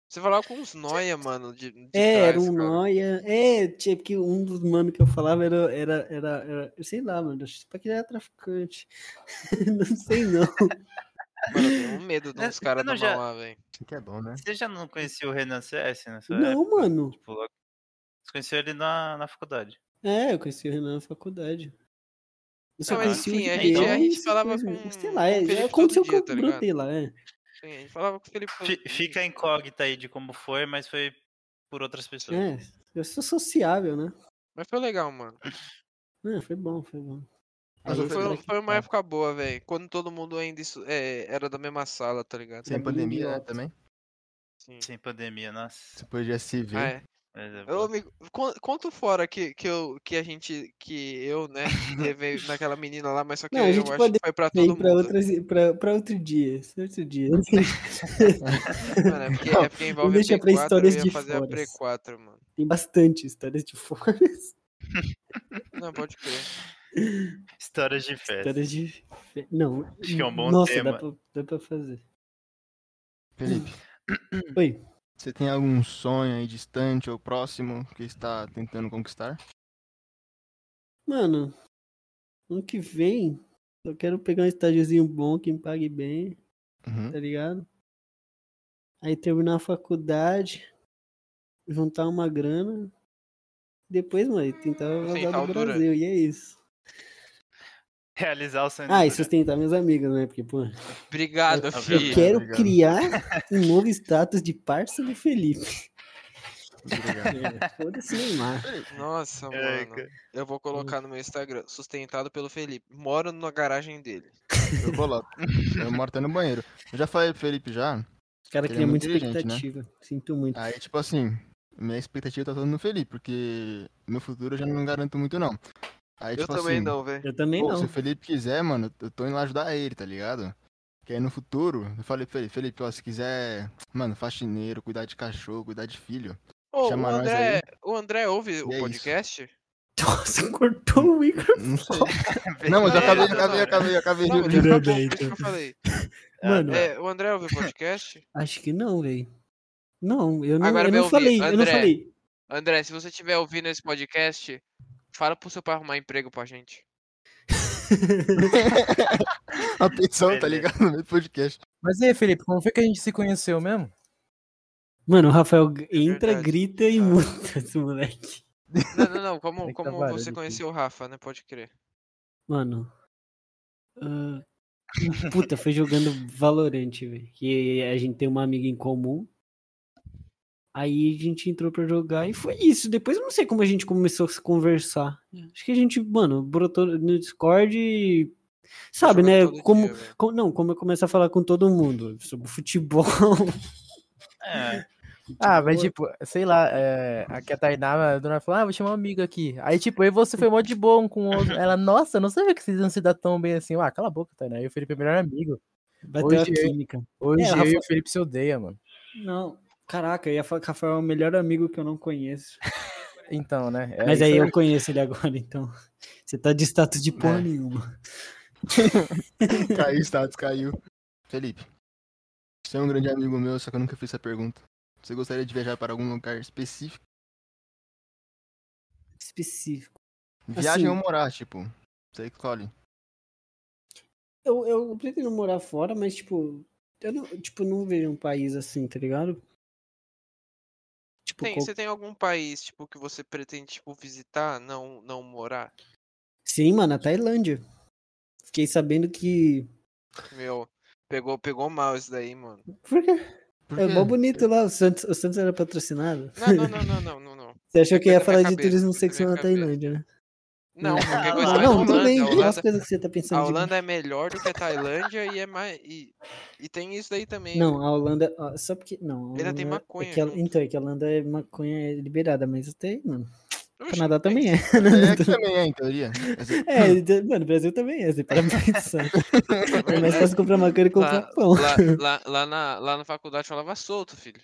E: Você falava com uns noia, mano. De, de
B: É, era
E: trás,
B: um
E: cara.
B: Noia. É, tinha porque um dos mano que eu falava era, era, era, era eu sei lá, mano, acho que ele era é traficante. não sei não.
E: É. Mano, eu tenho um medo de
D: Né,
E: uns caras
D: você não
E: da
D: já-
E: Mauá, velho.
C: Isso que é bom, né?
D: Você já não conhecia o Renan CS nessa época?
B: não, mano.
D: Tipo, logo- Você conheceu ele na, na faculdade.
B: É, eu conheci o Renan na faculdade. Eu só
E: Não, mas
B: conheci o
E: enfim, a
B: Ribeiro
D: gente- a
B: e
E: gente
B: esses
E: falava
B: dois, mano.
E: com-
B: Sei
E: com o
B: lá, é,
E: Felipe
B: já
E: todo
B: aconteceu
E: dia,
B: que
E: tá
B: eu
E: ligado?
B: brotei lá, é.
E: Sim, A gente falava com o Felipe. todo
D: Fi-
E: dia.
D: Fica incógnita aí de como foi, mas foi por outras pessoas.
B: É, eu sou sociável, né?
E: Mas foi legal, mano.
B: É, foi bom, foi bom.
C: Mas
B: Aí
C: o
B: eu
E: Foi, um,
C: Felipe-
B: falei, É.
E: foi uma época boa, velho. Quando todo mundo ainda estu- é, era da mesma sala, tá ligado?
C: Sem
B: Bagulho
C: pandemia, né,
B: idiota.
C: também.
B: É.
E: Sim.
D: Sem pandemia, nossa.
C: Você podia se ver.
E: Ah, é.
D: Mas é
E: Eu,
D: bom.
E: amigo, con- conta o fora que, que, eu, que a gente, que eu, né, levei naquela menina lá, mas só que
B: Não, a
E: eu
B: gente
E: acho
B: pode
E: que foi pra todo
B: Vem pra,
E: mundo.
B: outras, pra, pra outro dia, esse outro dia.
E: Mano, é porque, é porque envolve a
B: deixa pra
E: P4, eu
B: histórias
E: ia
B: de assim.
E: fazer a
B: foras.
E: P4, mano.
B: Tem bastante histórias de fora.
E: Não, pode crer.
D: Histórias de festa.
B: Histórias de. fe- Não.
D: É. Acho que é um bom
B: Nossa,
D: tema.
B: Dá, pra, dá pra fazer.
C: Felipe,
B: Oi.
C: você tem algum sonho aí distante ou próximo que está tentando conquistar?
B: Mano, ano que vem, eu quero pegar um estágiozinho bom que me pague bem,
C: Uhum.
B: tá ligado? Aí terminar a faculdade, juntar uma grana. Depois, mano, tentar
E: Sustentar
B: vazar
E: o
B: do
E: Duran.
B: Brasil, e é isso.
D: Realizar o sonho.
B: Ah,
D: do
B: e sustentar meus amigos, né? Porque, pô,
E: Obrigado,
D: Eu-
E: filho.
B: eu quero
C: obrigado.
B: criar um novo status de parça do Felipe. né?
C: Muito
E: É.
C: obrigado.
B: Foda-se Neymar.
E: Nossa,
D: Duran. É,
E: mano.
D: cara.
E: Eu vou colocar no meu Instagram, sustentado pelo Felipe. Moro na garagem dele.
C: Eu coloco. Eu moro até no banheiro. Eu já falei pro Felipe já.
B: O cara
C: Ele é
B: cria
C: muito
B: muita
C: inteligente, né?
B: expectativa. Sinto muito.
C: Aí, tipo assim, minha expectativa tá toda no Felipe, porque meu futuro eu já não garanto muito, não. Aí,
E: eu
C: tipo
E: também
C: assim,
E: não, velho.
B: Eu também
C: pô,
B: não.
C: se o Felipe quiser, mano, eu tô indo lá ajudar ele, tá ligado? Que aí no futuro, eu falei pro Felipe, Felipe, ó, se quiser, mano, faxineiro, cuidar de cachorro, cuidar de filho.
E: Ô, o,
C: Chama nós
E: André, o André ouve
C: é
E: o
C: isso.
E: podcast?
B: Nossa, cortou o micro.
C: Não sei. Não, mas eu
E: É,
C: acabei,
E: não,
C: acabei,
E: não,
C: acabei, acabei.
E: Não,
C: juro,
E: mas
C: juro.
E: acabou,
B: bem,
E: por isso que eu falei.
B: Mano,
E: É, o André ouve o podcast?
B: acho que não, velho. Não, eu não,
E: Agora
B: eu
E: vai
B: não
E: ouvir,
B: falei, eu não
E: André.
B: falei.
E: André, se você estiver ouvindo esse podcast, fala pro seu pai arrumar emprego pra gente.
C: A petição, tá
B: É,
D: Beleza.
C: ligado? No meio do podcast.
F: Mas e aí, Felipe, como foi que a gente se conheceu mesmo?
B: Mano, o Rafael g- entra,
E: É verdade,
B: grita e
E: cara.
B: muda esse moleque.
E: Não, não, não. Como,
F: Tem que
E: como
F: trabalhar
E: você
F: depois.
E: conheceu o Rafa, né? Pode crer.
B: Mano. ah, puta, foi jogando Valorant, velho. Que a gente tem uma amiga em comum. Aí a gente entrou pra jogar e foi isso. Depois eu não sei como a gente começou a se conversar. Acho que a gente, mano, brotou no Discord e. Sabe,
E: Joga
B: né?
E: todo
B: Como,
E: dia, velho.
B: Com- não, como eu começo a falar com todo mundo sobre futebol.
D: É,
F: Ah, mas tipo, sei lá, é, aqui a Tainá, a dona falou, ah, vou chamar um amigo aqui. Aí, tipo, eu e você foi mó de boa um com o outro. Ela, nossa, eu não sabia que vocês iam se dar tão bem assim. Eu, Ah, cala a boca, Tainá. Eu e o Felipe é melhor amigo.
B: Bateu a
F: Hoje é-
B: química.
F: Hoje
B: É,
F: eu
B: Rafa-
F: e o Felipe se odeia, mano.
B: Não. Caraca, eu ia falar que o Rafael é o melhor amigo que eu não conheço.
F: Então, né? é
B: Mas
F: isso
B: aí eu conheço ele agora, então. Você tá de status de porra
C: É.
B: nenhuma.
C: Caiu, status, caiu. Felipe, você é um grande amigo meu, só que eu nunca fiz essa pergunta. Você gostaria de viajar para algum lugar específico?
B: Específico.
C: Viagem
B: Assim- É
C: ou morar, tipo? Você escolhe.
B: Eu, eu pretendo morar fora, mas tipo. Eu não, tipo, não vejo um país assim, tá ligado? Tipo,
E: Tem,
B: qual-
E: você tem algum país, tipo, que você pretende, tipo, visitar, não, não morar?
B: Sim, mano, a Tailândia. Fiquei sabendo que.
E: Meu, pegou, pegou mal isso daí, mano.
B: Por quê?
C: Por
B: É
C: quê?
B: mó bonito lá, o Santos, o Santos era patrocinado.
E: Não, não, não, não, não, não, não.
B: Você achou que eu ia
E: Coisa da
B: falar de
E: cabeça,
B: turismo
E: coisa da
B: sexual na
E: cabeça.
B: Tailândia, né?
E: Não, porque
B: Ah,
E: coisa
D: mas
E: da
B: não, tudo
E: Holanda,
B: bem. Tem
E: a
B: umas
E: Holanda,
B: coisas que você tá pensando.
E: a
B: de-
E: Holanda é melhor do que a Tailândia e é mais. E, e tem isso daí também.
B: Não, a Holanda. ó, Só porque. Não, a Holanda,
E: Ainda tem maconha
B: É que a-
E: junto. então
B: então, é que a Holanda é maconha é liberada, mas até aí, mano.
E: Oxe,
B: O Canadá
E: não tem.
B: também é.
C: É aqui também é, em teoria. Mas é-
B: É, então, mano, o Brasil também é. Você para pra pensar. É mais fácil comprar maconha e comprar
E: Lá,
B: pão.
E: lá, lá, lá, na, lá na faculdade falava solto, filho.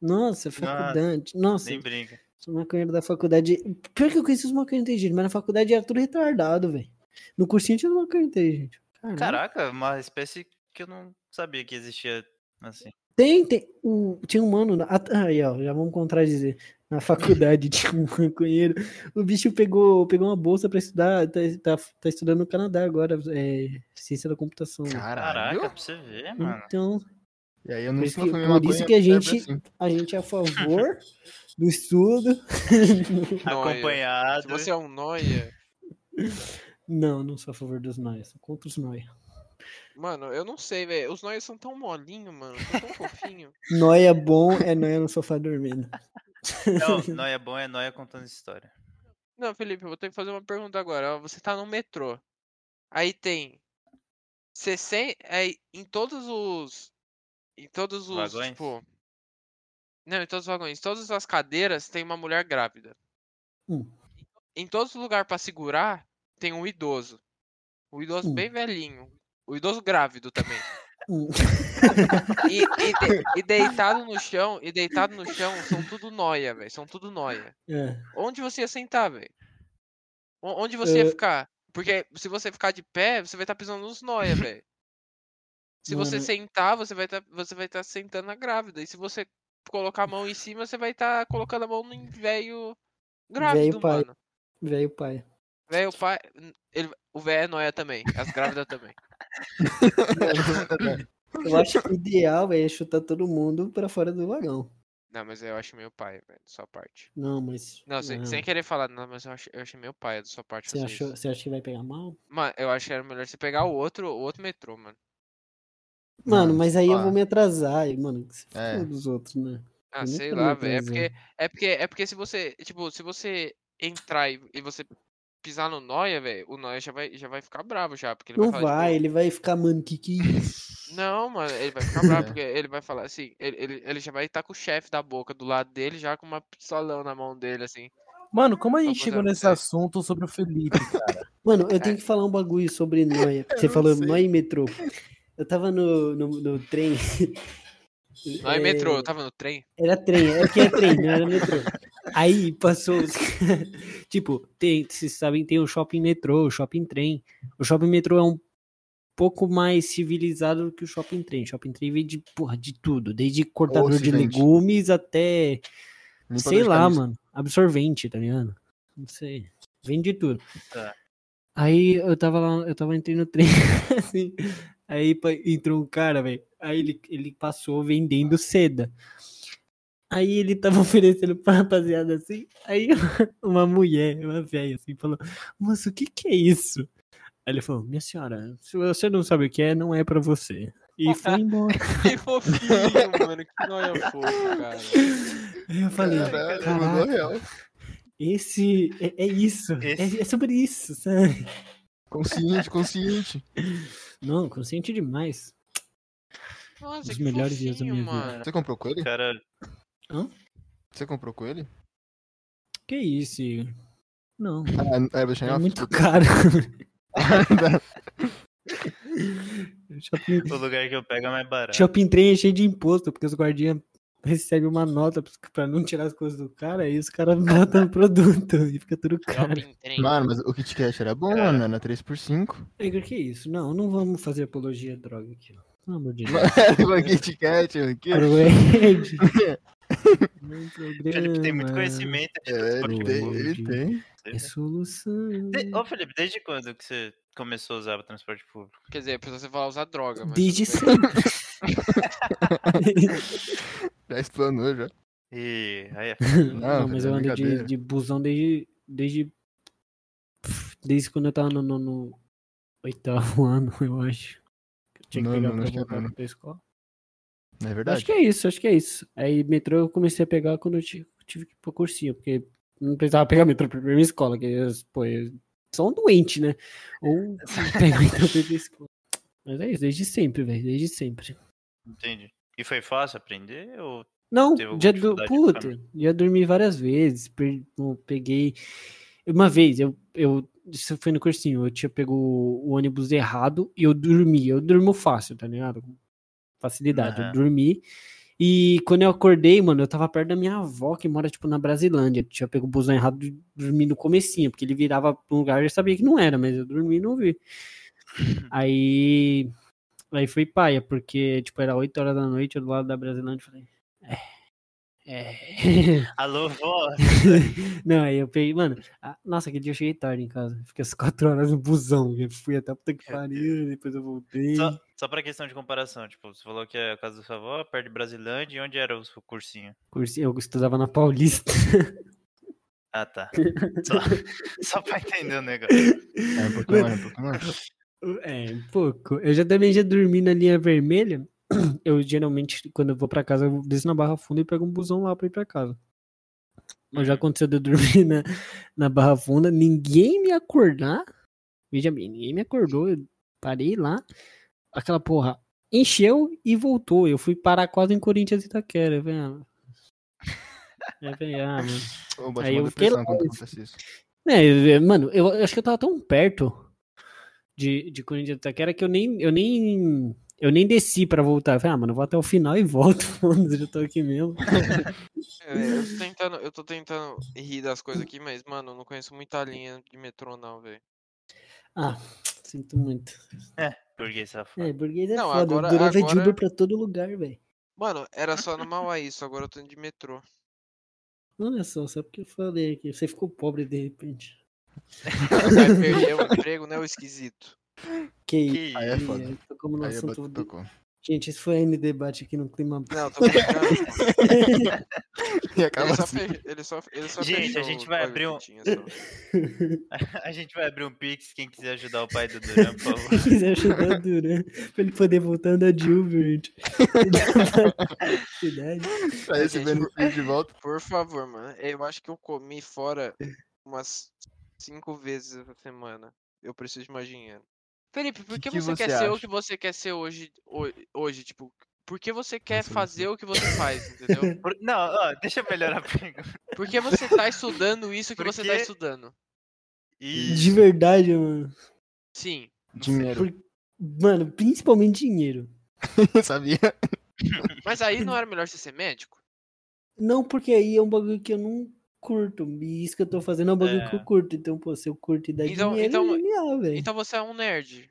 B: Nossa, faculdade. Nossa,
D: nem brinca.
B: os maconheiros da faculdade. Pior que eu conheci os maconheiros inteligentes, mas na faculdade era tudo retardado, velho. No cursinho tinha os maconheiros inteligentes. Caralho.
D: Caraca, uma espécie que eu não sabia que existia assim.
B: Tem, tem. O, tinha um mano. na- at- Aí, ó, já vamos contradizer. Na faculdade tinha um maconheiro. O bicho pegou, pegou uma bolsa pra estudar. Tá, tá, tá estudando no Canadá agora, é, ciência da computação. né?
C: Caralho.
D: Caraca, pra você ver, mano.
B: Então,
C: E aí eu não
B: Por isso
C: nunca
B: que-
C: fumei
B: por
C: maconha,
B: isso que a
C: sempre
B: gente-
C: assim.
B: a gente é a favor do estudo.
E: Noia. Se
D: Acompanhado.
E: você é um noia.
B: Não, não sou a favor dos nóia, sou contra os nóia.
E: Mano, eu não sei, velho. Os noias são tão molinhos, mano. São tão fofinhos.
B: Nóia bom é nóia no sofá dormindo.
D: Não, não é bom, é nóia contando história.
E: Não, Felipe, eu vou ter que fazer uma pergunta agora. ó, Você tá no metrô. Aí tem 60, aí em todos os em todos os,
D: Vagões?
E: tipo, não, em todos os vagões, em todas as cadeiras tem uma mulher grávida.
B: Hum.
E: Em todos os lugares pra segurar tem um idoso. O idoso
B: Hum.
E: bem velhinho. O idoso grávido também.
B: Hum.
E: E, e de- e deitado no chão, e deitado no chão, são tudo noia, velho. São tudo noia.
B: É.
E: Onde você ia sentar, velho? O- Onde você ia ficar? Porque se você ficar de pé, você vai estar pisando nos noia, velho. Se você
B: Mano.
E: sentar, você vai estar você vai tá sentando na grávida. E se você colocar a mão em cima, você vai estar colocando a mão no velho grávido,
B: Velho pai.
E: mano.
B: Velho pai.
E: Velho pai, ele- o velho é noia também, as grávidas também.
B: Eu acho que o ideal véi, é chutar todo mundo pra fora do vagão.
E: Não, mas eu acho meio pai, velho, da sua parte.
B: Não, mas.
E: Não, sem, sem querer falar, não, mas eu acho, eu achei meio pai da sua parte
B: Você,
E: fazer
B: achou,
E: isso.
B: você acha que vai pegar mal?
E: Mano, eu acho que era melhor você pegar o outro, o outro metrô, mano.
B: Mano,
C: Mano,
B: mas aí eu
C: pá.
B: vou me atrasar. E, mano, que se
C: É.
B: foda dos outros, né?
E: Ah,
B: Eu
E: sei
B: nunca me
E: lá, velho. É porque,
B: atrasei.
E: é porque, é porque se você, tipo, se você entrar e, e você pisar no Noia, velho, o Noia já vai, já vai ficar bravo já, porque ele
B: Não
E: vai falar,
B: vai,
E: tipo,
B: ele vai ficar, mano, que que é isso?
E: não, mano, ele vai ficar bravo,
C: É.
E: porque ele vai falar assim, ele, ele, ele já vai estar com o chefe da boca do lado dele, já com uma pistolão na mão dele, assim.
F: Mano, como a
E: Só
F: gente
E: pra
F: chegou
E: zero,
F: nesse
B: é.
E: sei.
F: assunto sobre o Felipe, cara?
B: Mano, eu tenho que falar um bagulho sobre noia. porque Você
C: não
B: falou
C: sei.
B: noia e metrô. Eu tava no, no, no trem.
E: Noia
B: É,
E: metrô, eu tava no trem?
B: Era trem, é que é trem, não era metrô. Aí passou. os- tipo, tem, vocês sabem, tem o shopping metrô, o shopping trem. O shopping metrô é um pouco mais civilizado que o shopping trem. Shopping trem vem de, porra, de tudo, desde cortador de
C: Ocidente.
B: legumes até
C: Limpador
B: sei
C: de
B: lá,
C: camisa.
B: mano. Absorvente, tá ligado? Não sei. Vende tudo.
D: Tá.
B: Aí eu tava lá, eu tava entrei no trem, assim. Aí pa- entrou um cara, velho. Aí ele, ele passou vendendo seda. Aí ele tava oferecendo pra rapaziada assim. Aí uma mulher, uma velha, assim, falou: Moço, o que que é isso? Aí ele falou: Minha senhora, se você não sabe o que é, não é pra você. E foi embora.
E: Que fofinho, mano, que Noia fofo, cara.
B: Aí eu falei:
C: Caralho,
B: Caraca,
C: mandou real.
B: Esse é, é isso,
D: Esse-
B: É, é sobre isso, sabe?
C: Consciente, consciente.
B: Não, consciente demais.
E: Nossa,
B: Os
E: que
B: melhores dias da
E: fofinho,
B: minha vida.
E: mano.
C: Você comprou com ele?
D: Cara,
C: Você comprou com ele?
B: Que isso, Igor? Não,
C: Ah, é, vou deixar em
B: é
C: off.
B: muito caro. shopping,
D: o lugar que eu pego é mais barato.
B: shopping trem é cheio de imposto, porque os guardinhas recebem uma nota pros- pra não tirar as coisas do cara, e os caras botam o produto e fica tudo caro.
E: Shopping trem.
C: Mano, mas o Kit Kat era bom, mano. Era 3x5.
B: Igor, que isso? Não, não vamos fazer apologia à droga aqui. ó. Pelo amor de Deus.
C: Era Kit Kat, mano. que-
B: Pro Ed. Não
D: Felipe tem muito
B: programa.
D: conhecimento. né?
C: É, ele tem, ele tem.
B: É solução.
D: De- Ô, Felipe, desde quando que você começou a usar o transporte público?
E: Quer dizer, precisa você falar usar droga, mas
B: Desde
E: tudo bem.
B: sempre.
C: Já explanou, já. É
D: E aí,
C: Não,
B: Não, mas
C: é
B: eu ando de,
C: brincadeira.
B: de busão desde, desde. pff, Desde quando eu tava no, no- no oitavo ano, eu acho. Que eu tinha que pegar
C: Nono,
B: pra
C: acho que é nono.
B: voltar pra escola.
C: Não é
B: Acho
C: verdade?
B: que é isso, acho que é isso. Aí metrô eu comecei a pegar quando eu ti- tive que ir pra cursinho, porque não precisava pegar metrô pra ir pra minha escola, que eu, pô, eu sou um doente, né? Ou pegar metrô pra ir pra escola. Mas é isso, desde sempre, velho, desde sempre.
D: entendi. E foi fácil aprender? Ou...
B: Não,
D: Teve alguma
B: já do...
D: dificuldade de
B: puta, já dormi várias vezes, per- eu peguei uma vez, eu, eu isso foi no cursinho, eu tinha pego o ônibus errado e eu dormi, eu durmo fácil, tá ligado? Com Facilidade,
D: Aham.
B: eu dormi. E quando eu acordei, mano, eu tava perto da minha avó, que mora, tipo, na Brasilândia. Eu tinha pego o busão errado e dormi no comecinho, porque ele virava pra um lugar, eu já sabia que não era, mas eu dormi e não vi. Aí... Aí foi paia, porque, tipo, era 8 horas da noite, eu do lado da Brasilândia, falei, é.
D: Alô, vó?
B: Não, aí eu peguei, mano. ah, nossa, aquele dia eu cheguei tarde em casa. Fiquei as quatro horas no busão. Eu fui até a puta que
D: Meu
B: pariu, depois eu voltei.
D: Só, só pra questão de comparação, tipo, você falou que é a casa da sua avó, perto de Brasilândia, e onde era o seu cursinho?
B: Cursinho, eu estudava na Paulista.
D: Ah, tá. Só, só pra entender o negócio.
B: né?
C: É um Pokémon, é um Pokémon.
B: É, um pouco. Eu já também já dormi na linha vermelha. Eu geralmente, quando eu vou pra casa, eu desço na Barra Funda e pego um busão lá pra ir pra casa. Mas já aconteceu de eu dormir na, na Barra Funda, ninguém me acordar. Veja bem, ninguém me acordou. Eu parei lá. Aquela porra encheu e voltou. Eu fui parar quase em Corinthians e Itaquera, ah, velho. É, velho, ah, mano.
C: Ô, bate
B: Aí
C: uma
B: eu fiquei
C: depressão
B: lá,
C: quando
B: eu-
C: acontece isso.
B: É, eu- eu- mano, eu, eu acho que eu tava tão perto de, de Corinthians e Itaquera que eu nem, eu nem Eu nem desci pra voltar. Eu falei, ah, mano, eu vou até o final e volto. Mano, eu já tô aqui mesmo.
E: É, eu, tô tentando, eu tô tentando rir das coisas aqui, mas, mano, eu não conheço muita linha de metrô, não, velho.
B: Sinto muito.
D: Burguês safado.
B: É, burguês é
E: Não,
B: foda.
E: agora-
B: Agora, Durava de
E: agora-
B: Uber pra todo lugar, velho.
E: Mano, era só no Mauá isso, agora eu tô indo de metrô.
B: Olha só, só porque eu falei aqui. Você ficou pobre de repente.
E: Vai perder o emprego, né, o esquisito.
B: Que isso.
D: Que
C: Aí é foda.
B: aí, tocamos no
C: Aí a
B: assunto
C: batuta
B: do-
C: tocou.
B: Gente, esse foi N debate aqui no clima.
E: Não, tô brincando. pô.
C: E
E: Ele
C: acaba
E: só,
C: assim.
E: fe... ele só, ele só
D: Gente, a
E: fechou
D: gente
E: o assim.
D: vai
E: bagulho
D: abrir
E: que
D: um-
E: tinha, só.
D: A gente vai abrir um Pix, quem quiser ajudar o pai do Duran, por favor.
B: Quem quiser ajudar o Duran pra ele poder voltar a andar de Uber, gente. Cidade.
C: Pra esse
E: gente,
C: benefício de volta.
E: Por favor, mano. Eu acho que eu comi fora umas cinco vezes essa semana. Eu preciso de mais dinheiro. Felipe, por que,
C: que
E: você, quer
C: você
E: ser o
C: acha?
E: que você quer ser hoje? ho- Hoje, tipo, por que você quer
C: Nossa, eu não
E: fazer o que você faz, entendeu?
D: Por- Não, ó, deixa eu melhorar a pergunta.
E: Por que você tá estudando isso que
D: Por
E: você tá
D: quê?
E: estudando?
D: E
B: De verdade, mano.
E: Sim.
C: Dinheiro.
B: Mano, principalmente dinheiro.
C: Sabia?
E: Mas aí não era melhor você ser médico?
B: Não, porque aí é um bagulho que eu não curto. E isso que eu tô fazendo é um bagulho que
D: É.
B: eu curto. Então, pô, se eu curto e dá
E: Então-
B: dinheiro,
E: então-
B: é genial, velho.
E: Então você é um nerd.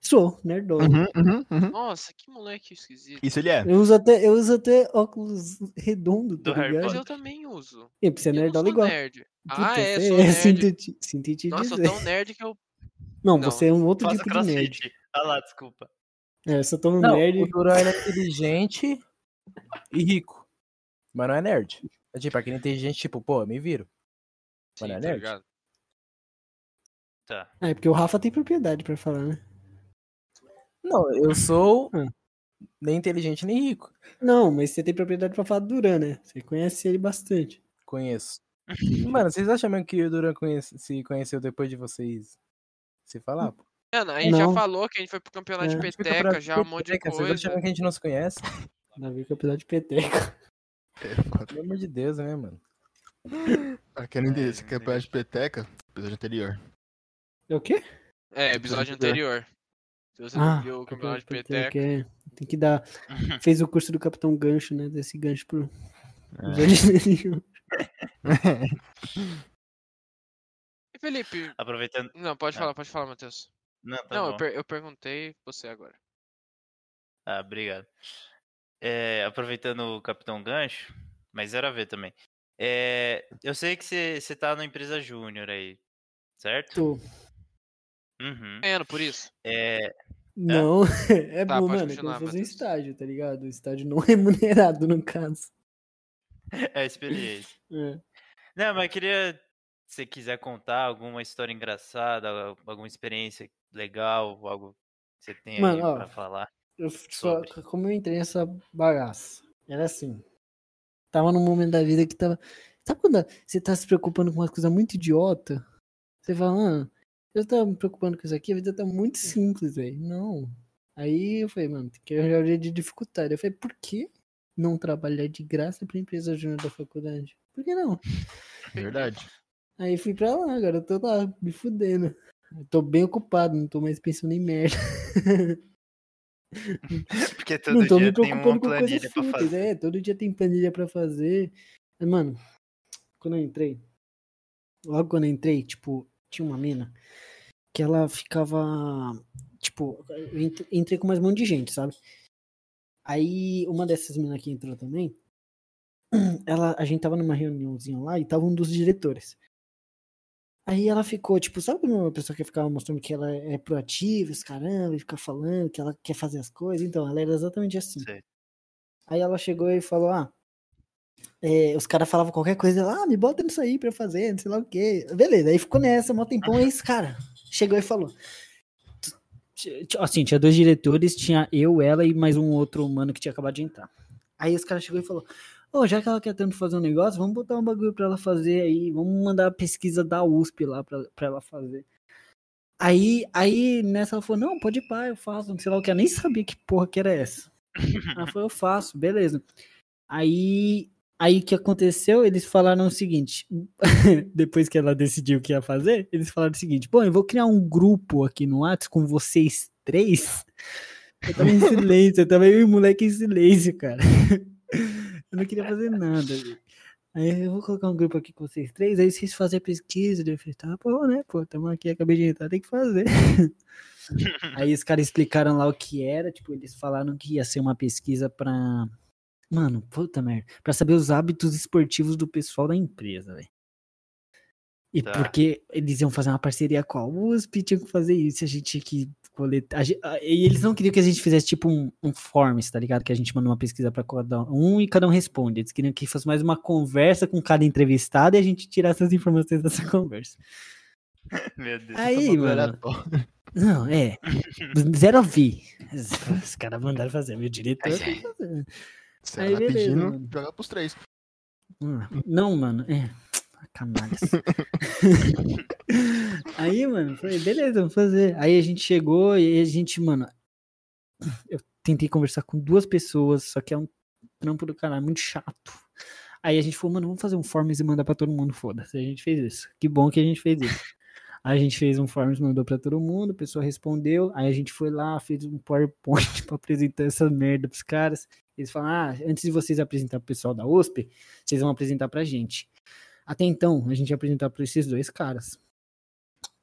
B: Sou, nerdona.
C: Uhum, uhum, uhum.
E: Nossa, que moleque esquisito.
C: Isso ele é.
B: Eu uso até, eu uso até óculos redondo,
D: Do
B: tá
D: Harry
B: ligado?
E: Mas
D: Potter.
E: eu também uso.
B: E pra você é
E: Eu não
B: nerdola
E: sou
B: igual.
E: nerd. Ah, é,
B: você
E: sou nerd.
B: Sinto te, sinto te
E: Nossa, eu sou
B: dizer.
E: tão nerd que eu.
B: Não,
E: Não,
B: você é um outro
D: faça
B: tipo de nerd.
D: crossfit. Ah lá, desculpa.
B: É, eu sou tão
F: Não,
B: nerd.
F: o Duran ele é inteligente e rico. Mas não é nerd. É tipo, aquele inteligente, tipo, pô, eu me viro.
E: Sim,
F: Mano, é
E: tá
F: nerd.
E: ligado?
D: Tá.
B: Ah, é porque o Rafa tem propriedade pra falar, né?
F: Não, eu sou
B: Hum.
F: nem inteligente nem rico.
B: Não, mas você tem propriedade pra falar do Duran, né? Você conhece ele bastante.
F: Conheço. Mano, vocês acham mesmo que o Duran conhece- se conheceu depois de vocês se falar? Pô?
E: Mano, a gente
B: Não.
E: já falou que a gente foi pro campeonato
B: É.
E: de
F: Fica pra-
E: peteca, já um monte de
F: Peteca, Vocês acham mesmo
E: coisa.
F: que a gente não se conhece?
B: Na ver que eu precisava de peteco.
C: É,
F: Pelo amor de Deus, né, mano?
C: Aquele endereço que é pra de peteca, episódio anterior.
B: É o quê?
E: É, episódio anterior. Se você não viu o campeonato de peteca.
B: é- Tem que dar. Fez o curso do Capitão Gancho, né? Desse gancho pro. É.
E: E Felipe,
D: Aproveitando.
E: não, pode
D: Ah.
E: falar, pode falar, Matheus.
D: Não, tá
E: não, eu,
D: bom.
E: per- eu perguntei você agora. Tá
D: Ah, obrigado. É, aproveitando o Capitão Gancho, mas era a ver também. É, eu sei que você tá na empresa júnior aí, certo?
E: É.
B: Tô.
D: Uhum.
E: Ganhando por isso.
D: É,
B: Não, é
E: Tá,
B: bom,
E: pode
B: mano. É como
E: continuar,
B: se fosse um
E: Matheus.
B: estágio, tá ligado? Um estágio não remunerado, no caso.
D: é a experiência.
B: É.
D: Não, mas eu queria, se você quiser contar alguma história engraçada, al- alguma experiência legal, algo que você tem aí
B: Mano, ó,
D: pra falar.
B: Eu, f- tipo,
D: Sobre.
B: co- como eu entrei nessa bagaça? Era assim. Tava num momento da vida que tava. Sabe quando você tá se preocupando com uma coisa muito idiota? Você fala, ah, eu tava me preocupando com isso aqui, a vida tá muito simples, velho. Não. Aí eu falei, mano, tem que arranjar um jeito de dificultar. Eu falei, por que não trabalhar de graça pra empresa júnior da faculdade? Por que não?
C: É Verdade.
B: Aí fui pra lá, agora eu tô lá, me fudendo. Eu tô bem ocupado, não tô mais pensando em merda.
D: Porque todo
B: Não tô me
D: dia tem
B: preocupando
D: uma
B: com coisas
D: planilha pra
B: fúteis,
D: fazer.
B: é, todo dia tem planilha pra fazer. Mas, Mano, quando eu entrei, logo quando eu entrei, tipo, tinha uma mina que ela ficava, tipo, eu ent- entrei com mais um monte de gente, sabe? Aí uma dessas minas que entrou também, ela, a gente tava numa reuniãozinha lá e tava um dos diretores. Aí ela ficou, tipo, sabe quando uma pessoa que ficava mostrando que ela é proativa, os caramba, e fica falando que ela quer fazer as coisas? Então, ela era exatamente assim.
D: Sei.
B: Aí ela chegou e falou, ah, é, os caras falavam qualquer coisa, ela, ah, me bota nisso aí pra eu fazer, não sei lá o quê. Beleza, aí ficou nessa, mó tempão, aí esse cara chegou e falou. Ti- ti- Assim, tinha dois diretores, tinha eu, ela e mais um outro humano que tinha acabado de entrar. Aí os caras chegou e falou, Ô, já que ela quer tanto fazer um negócio, vamos botar um bagulho pra ela fazer aí, vamos mandar a pesquisa da USP lá pra, pra ela fazer. Aí, aí nessa ela falou, não, pode ir pá, eu faço, não sei lá o que, eu nem sabia que porra que era essa. ela falou, eu faço, beleza. Aí, aí o que aconteceu, eles falaram o seguinte, depois que ela decidiu o que ia fazer, eles falaram o seguinte, bom, eu vou criar um grupo aqui no Whats com vocês três, Eu tava em silêncio, eu tava eu e o moleque em silêncio, cara. Eu não queria fazer nada. velho. Aí eu vou colocar um grupo aqui com vocês três, aí vocês fazem a pesquisa. daí Eu falei, tá bom, né? Pô, tamo aqui, acabei de entrar, tem que fazer. aí os caras explicaram lá o que era, tipo, eles falaram que ia ser uma pesquisa pra. Mano, puta merda. Pra saber os hábitos esportivos do pessoal da empresa, velho. E
D: Tá.
B: porque eles iam fazer uma parceria com a USP, tinha que fazer isso, a gente tinha que coletar. a gen- a- E eles não queriam que a gente fizesse tipo um, um forms, tá ligado? Que a gente manda uma pesquisa pra cada um e cada um responde. Eles queriam que fosse mais uma conversa com cada entrevistado e a gente tirasse as informações dessa conversa.
D: Meu Deus.
B: é.
C: Tá
B: Aí, mano. Não, é. Zero a vi. Os caras mandaram fazer, meu diretor.
E: Ai,
B: tem que fazer.
C: Você
B: Aí,
C: tá
B: beleza,
C: pedindo
B: mano.
C: jogar pros três.
B: Hum, Não, mano, é. Canalhas. aí, mano, falei, beleza, vamos fazer. Aí a gente chegou e a gente, mano. Eu tentei conversar com duas pessoas, só que é um trampo do caralho, muito chato. Aí a gente falou, mano, vamos fazer um forms e mandar pra todo mundo, foda-se. A gente fez isso. Que bom que a gente fez isso. Aí a gente fez um forms, mandou pra todo mundo, a pessoa respondeu. Aí a gente foi lá, fez um PowerPoint pra apresentar essa merda pros caras. Eles falaram, ah, antes de vocês apresentar pro pessoal da USP, vocês vão apresentar pra gente. Até então, a gente ia apresentar pra esses dois caras.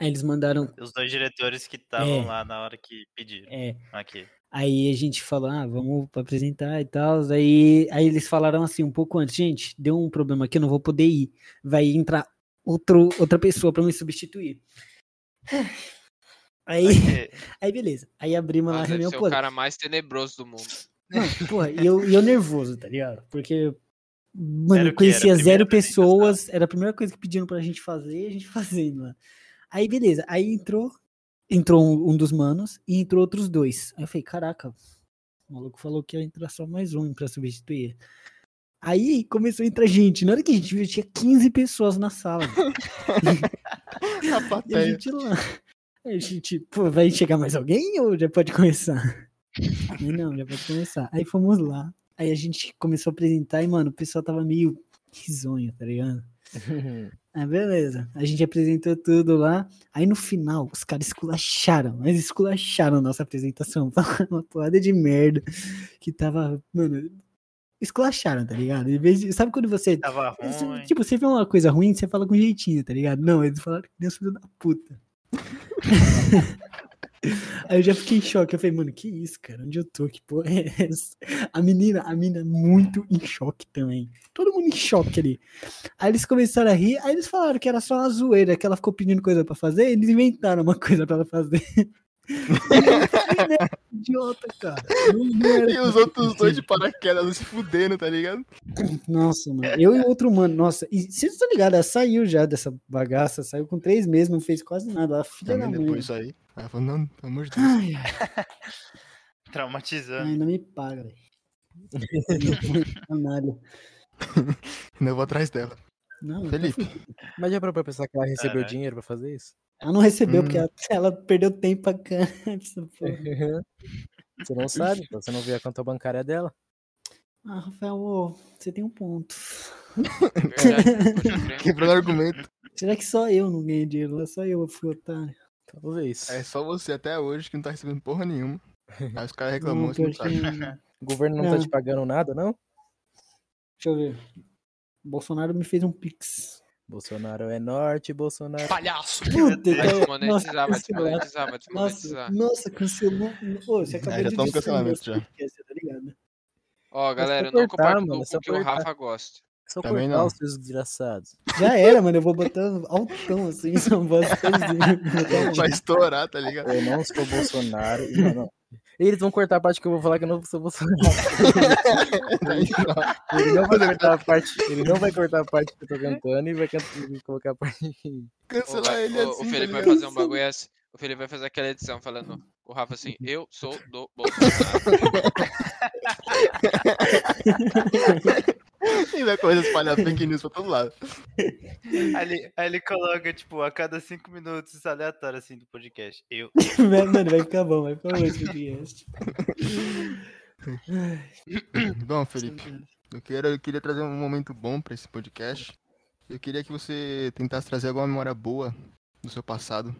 B: Aí eles mandaram.
D: Os dois diretores que estavam
B: É.
D: lá na hora que pediram.
B: É,
D: Aqui.
B: aí a gente falou, ah, vamos apresentar e tal. Aí, aí eles falaram assim, um pouco antes, gente, deu um problema aqui, eu não vou poder ir. Vai entrar outro, outra pessoa pra me substituir. Aí,
E: É,
B: aí beleza. Aí abrimos lá a
E: Nossa, deve
B: reunião.
E: ser
B: pô,
E: o cara mais tenebroso do mundo.
B: Não, porra, e eu, e eu nervoso, tá ligado? Porque,
D: Era
B: mano,
D: o que
B: eu
D: era
B: conhecia
D: a primeira
B: zero
D: apresentação.
B: pessoas, era a primeira coisa que pediram pra gente fazer e a gente fazendo, mano. Aí, beleza, aí entrou, entrou um, um dos manos e entrou outros dois. Aí eu falei, caraca, o maluco falou que ia entrar só mais um pra substituir. Aí começou a entrar gente. Na hora que a gente viu, tinha 15 pessoas na sala. mano.
C: A
B: E a
C: plateia.
B: gente lá. Aí A gente, pô, vai chegar mais alguém ou já pode começar? Aí, não, já pode começar. Aí fomos lá. Aí a gente começou a apresentar e, mano, o pessoal tava meio risonho, tá ligado? Aí beleza. A gente apresentou tudo lá. Aí no final, os caras esculacharam, mas esculacharam a nossa apresentação. Falaram Uma porrada de merda que tava, mano. Esculacharam, tá ligado? Em vez de- sabe quando você
D: Tava
B: isso,
D: ruim.
B: Tipo, você vê uma coisa ruim, você fala com jeitinho, tá ligado? Não, eles falaram que Deus filho da puta. Aí eu já fiquei em choque. Eu falei, mano, que isso, cara? Onde eu tô? Que porra é essa? A menina, a menina muito em choque também. Todo mundo em choque ali. Aí eles começaram a rir, aí eles falaram que era só uma zoeira, que ela ficou pedindo coisa pra fazer, eles inventaram uma coisa pra ela fazer. é um né? Idiota, cara. Não- não era
C: E os outros dois tipo, de paraquedas se fudendo, tá ligado?
B: nossa, mano. Eu e outro mano, nossa. E vocês estão ligados, ela saiu já dessa bagaça, saiu com três meses, não fez quase nada. Ela é filha da
C: Também
B: mãe.
C: depois disso aí. Aí ela falou, não, pelo amor de Deus.
B: Ai, ai,
D: Traumatizando.
B: ai, não me paga, velho. Canalha.
C: Não, eu vou atrás dela.
E: Hum.
B: Não,
C: Felipe,
F: Mas já parou pra pensar que ela recebeu
D: Caraca.
F: dinheiro pra fazer isso?
B: ela não recebeu, porque
C: Hum.
B: ela, ela perdeu tempo pra cá. Essa porra.
E: Uhum.
F: você não sabe, pô, você não vê a conta bancária dela.
B: Ah, Rafael, ô, você tem um ponto.
E: É verdade, pode crer.
C: quebrando argumento.
B: Será que só eu não ganhei dinheiro? lá? Só eu fui otário.
F: Talvez.
C: É só você até hoje que não tá recebendo porra nenhuma. Aí os caras reclamam,
B: Não,
C: você é não
B: pior
C: sabe.
B: que não.
F: O governo não, tá
B: Não.
F: te pagando nada, não?
B: Deixa eu ver. Bolsonaro me fez um pix.
F: Bolsonaro é norte, Bolsonaro.
E: Palhaço!
B: Puta,
E: Vai
B: então-
E: desmonetizar, vai
B: nossa, cancelado.
E: desmonetizar, vai
B: Nossa,
E: desmonetizar.
B: nossa, cancelou. Ô, você acabou de
C: já tá no
B: destruir
C: cancelamento
B: nosso
C: já.
B: podcast, tá ligado?
E: Ó, galera,
F: pra
E: não
F: cortar,
E: compartilhou
F: mano, é
E: o
F: só
E: que o
F: cortar.
E: Rafa gosta.
F: é Só
C: Também
F: cortar
C: não.
F: os seus desgraçados.
B: Já era, mano. Eu vou botar altão assim, são vocês.
C: Vai estourar, tá ligado?
F: Eu não sou Bolsonaro. Não, não. Eles vão cortar a parte que eu vou falar que eu não sou Bolsonaro.
C: Aí, ó,
F: Ele não vai cortar a parte, ele não vai cortar a parte que eu tô cantando e vai cantar- vai colocar a parte que-
E: Ô,
C: Cancelar
E: vai-
C: ele
B: é
E: ô,
C: assim,
E: o Felipe
C: tá
E: vai
C: ligado?
E: fazer um bagulho assim. O Felipe vai fazer aquela edição falando. O Rafa assim, eu sou do Bolsonaro.
C: E vai coisa espalhar fake news pra todo lado.
D: Aí ele, aí ele coloca, tipo, a cada cinco minutos isso é aleatório, assim, do podcast. Eu.
B: Mano, vai ficar bom, vai ficar bom esse podcast.
C: Bom, Felipe, eu, quero, eu queria trazer um momento bom pra esse podcast. Eu queria que você tentasse trazer alguma memória boa do seu passado.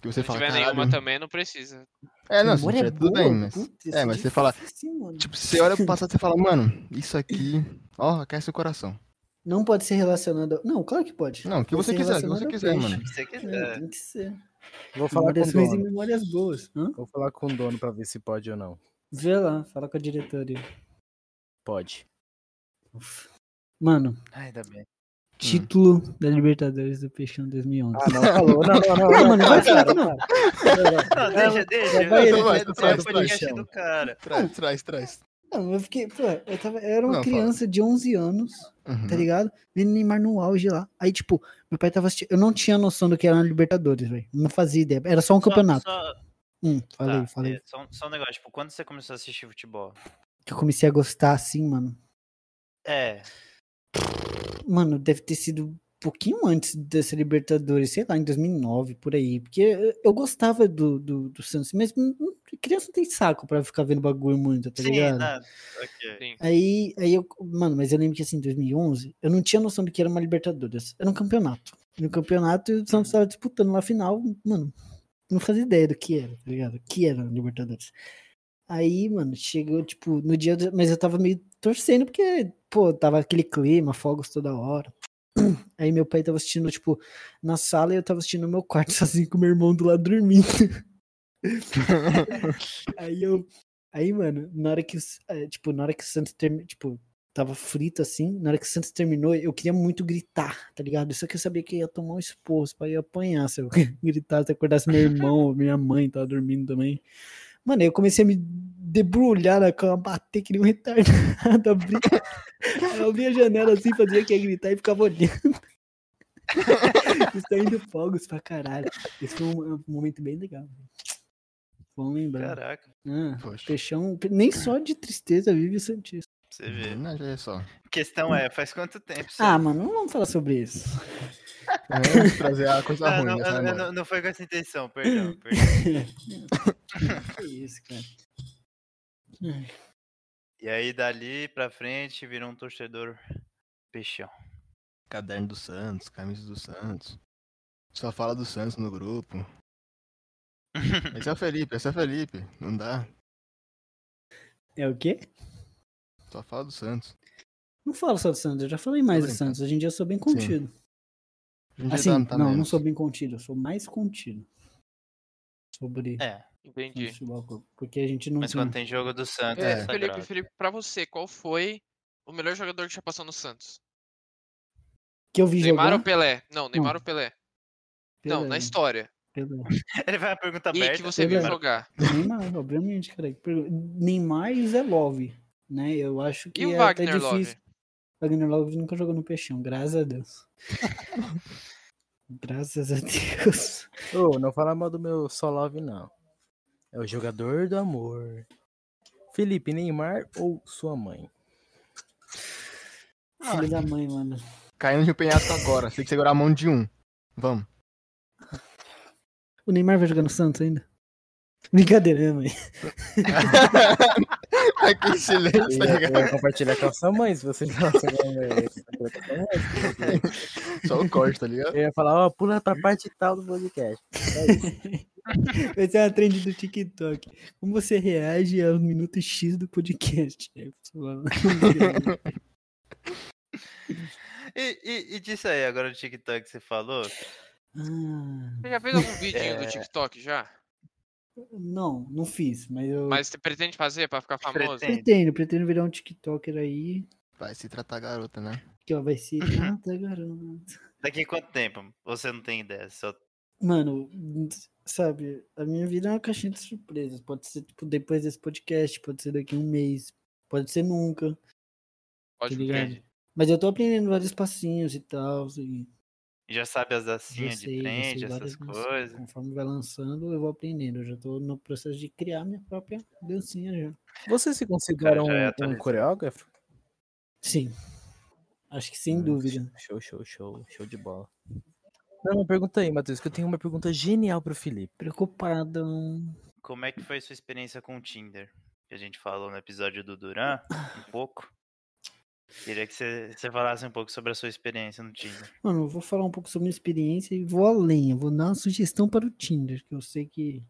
C: Que você
E: Se
C: fala,
E: tiver nenhuma
C: "Caralho".
E: também, não precisa.
C: É, não, se
B: Memória
C: tiver
B: é
C: tudo
B: boa,
C: bem, mas.
B: putz, isso
C: é, mas você fala,
B: difícil, mano.
C: Tipo, você olha pro passado e você fala, mano, isso aqui, ó, aquece o coração.
B: Não pode ser relacionado. ao- Não, claro que pode.
C: Não, o que
B: Pode
C: você
B: ser
C: quiser, o que você
B: relacionado ao
C: quiser,
B: peixe.
C: mano.
D: Se você
B: É,
D: quiser.
B: tem que ser.
F: Vou falar com
B: Memórias
F: o
B: ruins e
F: dono.
B: memórias boas. Hã?
F: Vou falar com o dono pra ver se pode ou não.
B: Vê lá, fala com a diretoria.
F: Pode.
C: Hum.
B: Mano,
F: Ah,
D: Ai, ainda bem.
B: título da Libertadores do Peixão 2011.
F: Ah, não, falou. Não, não, não.
B: não, mano, vai falar que não.
D: Não, deixa, deixa.
B: vai tá ele,
C: vai,
D: é
C: tu traz,
D: o
B: tu
D: podcast
B: traz.
D: do cara.
C: Traz, traz, traz.
B: Não, eu fiquei, pô, eu, tava- eu era uma
C: Não, fala.
B: criança de 11 anos,
C: Uhum.
B: tá ligado? Vendo Neymar no auge lá. Aí, tipo, meu pai tava assistindo. Eu não tinha noção do que era na Libertadores, velho. Não fazia ideia. Era só um
D: Só-
B: campeonato.
D: Só,
B: Hum, falei,
D: tá,
B: falei.
D: é, só, um- só um negócio, tipo, quando você começou a assistir futebol?
B: Que eu comecei a gostar assim, mano.
D: É,
B: Mano, deve ter sido um pouquinho antes dessa Libertadores, sei lá, em 2009, por aí. Porque eu- eu gostava do, do, do Santos, mas hum, hum, criança não tem saco pra ficar vendo bagulho muito, tá
D: sim, né?
B: ligado?
D: nada. Ok.
E: Sim.
B: Aí, aí eu, mano, mas eu lembro que assim, em 2011, eu não tinha noção do que era uma Libertadores. Era um campeonato. No campeonato, o Santos estava disputando lá a final, mano, não fazia ideia do que era, tá ligado? O que era a Libertadores. Aí, mano, chegou, tipo, no dia. do- Mas eu tava meio torcendo, porque, pô, tava aquele clima, fogos toda hora. Aí meu pai tava assistindo, tipo, na sala e eu tava assistindo no meu quarto sozinho com meu irmão do lado dormindo. Aí eu. Aí, mano, na hora que. os- eh, Tipo, na hora que o Santos terminou. Tipo, tava frito assim. Na hora que o Santos terminou, eu queria muito gritar, tá ligado? Só que eu sabia que eu ia tomar um expulso pra ir apanhar se eu gritasse, se acordasse meu irmão, ou minha mãe tava dormindo também. Mano, aí eu comecei a me debrulhar na cama, bater que nem um retardado. Abri, eu abri a janela assim, fazia que ia gritar e ficava olhando. Está indo fogos pra caralho. Esse foi um, um momento bem legal. Vamos lembrar.
D: Caraca,
B: Ah,
C: Poxa.
B: Peixão, nem só de tristeza vive o Santista.
D: você vê.
C: Não, já é só.
D: A questão é, faz quanto tempo você...
B: Uhum. Ah, mano, não vamos falar sobre isso.
C: Vamos trazer a coisa
B: tá
D: Ah,
C: ruim. né,
D: não,
C: essa
D: eu- eu
C: memória.
D: não, não foi com essa intenção, perdão, perdão.
B: Que isso, cara.
D: E aí, dali pra frente, virou um torcedor peixão.
C: Caderno do Santos, camisa do Santos. Só fala do Santos no grupo. Esse é o Felipe, esse é o Felipe. Não dá.
B: É o quê?
C: Só fala do Santos.
B: Não falo só do Santos, eu já falei mais do
C: brincando.
B: Santos. Hoje em dia eu sou bem contido.
C: A gente
B: Assim,
C: já
B: não,
C: tá- tá
B: não,
C: menos.
B: sou bem contido, eu sou mais contido. Sobre
D: É,
E: Entendi.
B: futebol, co- porque a gente não
D: mas
B: tem-
D: quando tem jogo do Santos,
E: É,
D: é,
E: Felipe,
D: sagrado.
E: Felipe, pra você, qual foi o melhor jogador que já passou no Santos?
B: que Hum. eu vi
E: Neymar
B: jogar...
E: ou Pelé? Não, Neymar ou Pelé? Não, na história.
B: Pelé.
D: Ele vai a pergunta
E: E
D: aberta.
E: que você viu
B: Pelé.
E: jogar?
B: Neymar, obviamente, cara. que pergunta. Neymar e Zé Love, né? Eu acho que
E: E o
B: é até
E: Wagner
B: difícil.
E: Love?
B: Wagner Love nunca jogou no Peixão, graças a Deus. graças a Deus.
F: Ô, não fala mal do meu Solove, não. É o jogador do amor. Felipe Neymar ou sua mãe?
B: Filho da mãe, mano.
C: Caindo de um penhasco agora. Tem que segurar a mão de um. Vamos.
B: O Neymar vai jogar no Santos ainda? Brincadeira, né, mãe?
C: Aqui silêncio, tá
F: Eu ia-
C: ligado?
F: eu ia compartilhar com a sua mãe, se você não é sua mãe. Eu ia compartilhar com a sua mãe.
C: Só o corte, tá ligado?
F: Eu ia falar, ó, pula pra parte tal do podcast.
B: Vai ser uma trend do TikTok. Como você reage aos minutos X do podcast? É, pessoal.
D: E, e, e disso aí, agora o TikTok que você falou,
B: Ah,
E: Você já fez algum vídeo
B: É.
E: do TikTok já?
B: não, não fiz, mas eu
E: Mas você pretende fazer pra ficar famoso?
D: Pretendo.
B: pretendo, pretendo virar um TikToker aí.
C: Vai se tratar garota, né?
B: Que ó, vai ser. Ah, tá, garoto.
D: daqui quanto tempo? Você não tem ideia, só
B: Mano, sabe, a minha vida é uma caixinha de surpresas. Pode ser, tipo, depois desse podcast, pode ser daqui a um mês, pode ser nunca,
E: Pode
B: tá ligado?
E: crer.
B: Mas eu tô aprendendo vários passinhos e tal, e
D: já sabe as
B: já
D: dancinhas
B: sei,
D: de
B: já
D: trend,
B: sei várias
D: essas
B: dancinhas.
D: coisas.
B: Conforme vai lançando, eu vou aprendendo. Eu já tô no processo de criar minha própria dancinha já.
F: Você se considera
D: já é
F: um, um
D: atualizado.
F: coreógrafo?
B: Sim. Acho que sem
F: Hum,
B: dúvida.
F: Show, show, show, show de bola. Não, mas pergunta aí, Matheus, que eu tenho uma pergunta genial pro Felipe.
B: Preocupado.
D: Como é que foi sua experiência com o Tinder? Que a gente falou no episódio do Duran, um pouco. Queria que você, você falasse um pouco sobre a sua experiência no Tinder.
B: Mano, eu vou falar um pouco sobre minha experiência e vou além. Eu vou dar uma sugestão para o Tinder, que eu sei que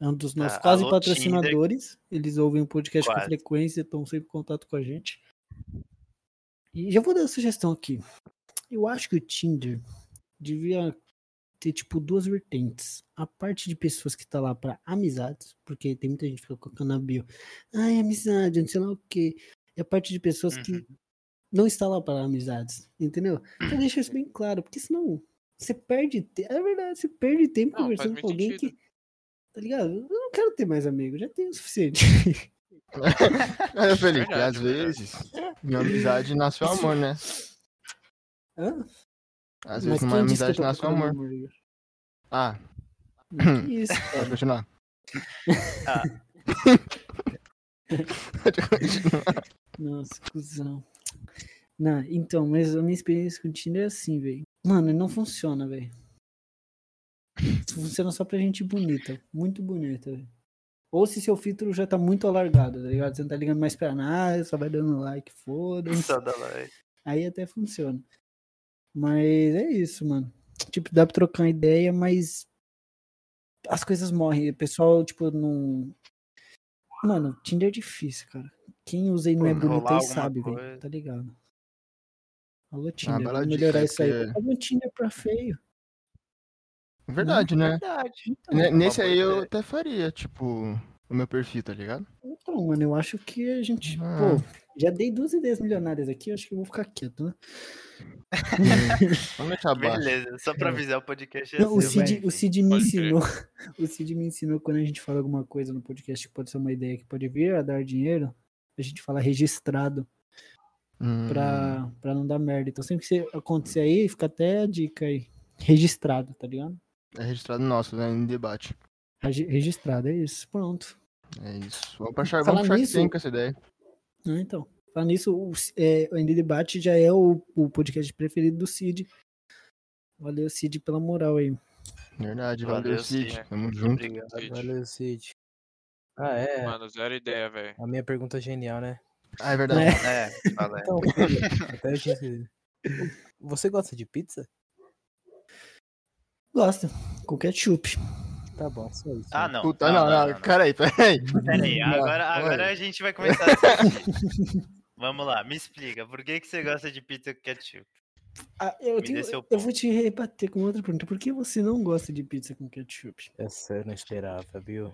B: é um dos nossos
D: Ah,
B: quase
D: alô,
B: patrocinadores. Eles ouvem o podcast com
D: Quase.
B: frequência, estão sempre em contato com a gente. E já vou dar a sugestão aqui. Eu acho que o Tinder devia ter, tipo, duas vertentes. A parte de pessoas que tá lá para amizades, porque tem muita gente que fica colocando na bio. Ai, amizade, não sei lá o quê. E a parte de pessoas
E: Uhum.
B: que não está lá para amizades, entendeu? Então deixa isso bem claro, porque senão você perde tempo. É verdade, você perde tempo
E: Não, faz
B: conversando
E: muito
B: com alguém que.
E: sentido.
B: Tá ligado? Eu não quero ter mais amigo, já tenho o suficiente.
C: É, Felipe, às
E: Verdade,
C: vezes, minha amizade nasceu amor, né?
B: Hã? Mas
C: Às vezes uma
B: quem disse que eu
C: amizade
B: tô
C: nasceu
B: procurando
C: amor.
B: Igor?
C: Ah,
B: Que um isso,
C: pode
B: cara?
C: continuar.
D: Ah.
C: Pode continuar.
B: Nossa, cuzão. Não, então, mas a minha experiência com o Tinder é assim, velho. Mano, não funciona, velho. Funciona só pra gente bonita. Muito bonita, velho. Ou se seu filtro já tá muito alargado, tá ligado? Você não tá ligando mais pra nada, só vai dando like, foda-se.
D: Só dá like.
B: Aí até funciona. Mas é isso, mano. Tipo, dá pra trocar uma ideia, mas as coisas morrem. O pessoal, tipo, não. Mano, Tinder é difícil, cara. Quem usa e não é
D: Quando
B: bonito
D: rolar
B: aí
D: alguma
B: sabe,
D: coisa.
B: velho. Tá ligado? Alô, Tinder.
C: Ah, bela
B: vamos
C: dica,
B: melhorar isso aí.
C: porque-
B: Faz um Tinder pra feio.
C: Verdade, né?
D: Verdade.
B: Então,
C: Ne- Nesse aí eu
D: Boa
C: até faria, tipo, o meu perfil, tá ligado?
B: Então, mano, eu acho que a gente.
C: Ah.
B: Pô, já dei duas ideias milionárias aqui, eu acho que eu vou ficar quieto, né?
C: Vamos deixar abaixo.
D: Beleza, só pra avisar o podcast é
B: Não, o
D: seu,
B: Cid,
D: mas
B: o
D: enfim.
B: Cid me
E: pode crer.
B: ensinou. O Cid me ensinou quando a gente fala alguma coisa no podcast que pode ser uma ideia que pode vir a dar dinheiro, a gente fala registrado
C: Hum,
B: pra, pra não dar merda. Então sempre que isso acontecer aí, fica até a dica aí. Registrado, tá ligado?
C: É registrado nosso, né? Em debate.
B: Regi- Registrado, é isso. Pronto.
C: É isso. Vamos pra Shark,
B: Falar
C: vamos pro Shark
B: nisso-
C: Tank com essa ideia.
B: Ah, então. Falando nisso, o, C- é, o Ainda em Debate já é o, o podcast preferido do Cid. Valeu, Cid, pela moral aí.
C: Verdade,
D: Valeu,
C: valeu, Cid.
D: Cid.
C: Tamo junto.
E: Cid.
F: Valeu, Cid. Ah, é.
E: Mano, zero ideia, velho.
F: A minha pergunta é genial, né?
C: Ah, é verdade.
B: É.
D: É, fala aí.
F: Então, filho, até eu tinha esquecido. Você gosta de pizza?
B: Gosta. Com ketchup.
F: Tá bom, só isso.
D: Ah, não.
C: Puta, não, não, Cara aí, peraí.
D: Pera aí,
C: Não,
D: agora,
C: olha.
D: agora a gente vai começar a discutir. Vamos lá, me explica, por que, que você gosta de pizza com ketchup?
B: Ah, eu,
D: Me
B: tenho-
D: dê seu
B: eu vou
D: ponto.
B: te rebater com outra pergunta. Por que você não gosta de pizza com ketchup?
F: Essa eu não esperava, viu?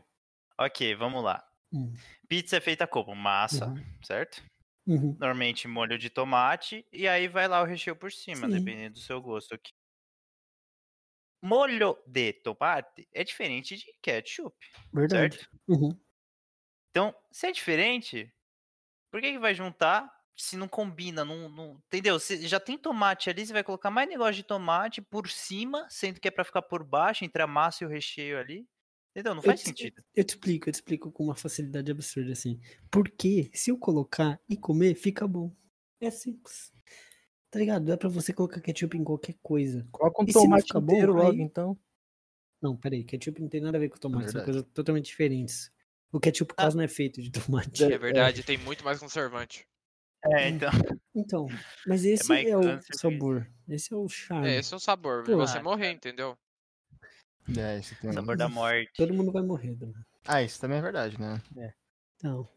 D: Ok, vamos lá.
B: Hum.
D: Pizza é feita como? Massa, certo?
B: Uhum.
D: Normalmente molho de tomate e aí vai lá o recheio por cima,
B: Sim.
D: dependendo do seu gosto aqui. Molho de tomate é diferente de ketchup,
B: Verdade.
D: certo?
B: Uhum.
D: Então, se é diferente, por que, que vai juntar se não combina? Não, não- entendeu? Você já tem tomate ali, você vai colocar mais negócio de tomate por cima, sendo que é pra ficar por baixo, entre a massa e o recheio ali. Entendeu? Não
B: Eu
D: faz
B: te-
D: sentido.
B: Eu te explico, eu te explico com uma facilidade absurda assim. Porque se eu colocar e comer, fica bom. É simples. Tá ligado? Dá pra você colocar ketchup em qualquer coisa.
F: Coloca um
B: E se não
F: tomate
B: fica bom,
F: inteiro logo,
B: aí-
F: então.
B: Não, peraí, ketchup não tem nada a ver com tomate, são
C: verdade.
B: coisas totalmente diferentes. O ketchup quase não é feito de tomate.
E: É verdade, tem muito mais conservante.
D: É, então.
B: Então, mas esse
D: mais
B: é, o
D: câncer que-
B: sabor. Esse é o charme.
E: É, esse é o sabor. de
B: Pô.
E: você
D: Ah,
E: morrer, entendeu?
C: É, isso tem...
D: Sabor da morte.
B: Todo mundo vai morrer, né?
C: Ah, isso também é verdade, né?
B: Então,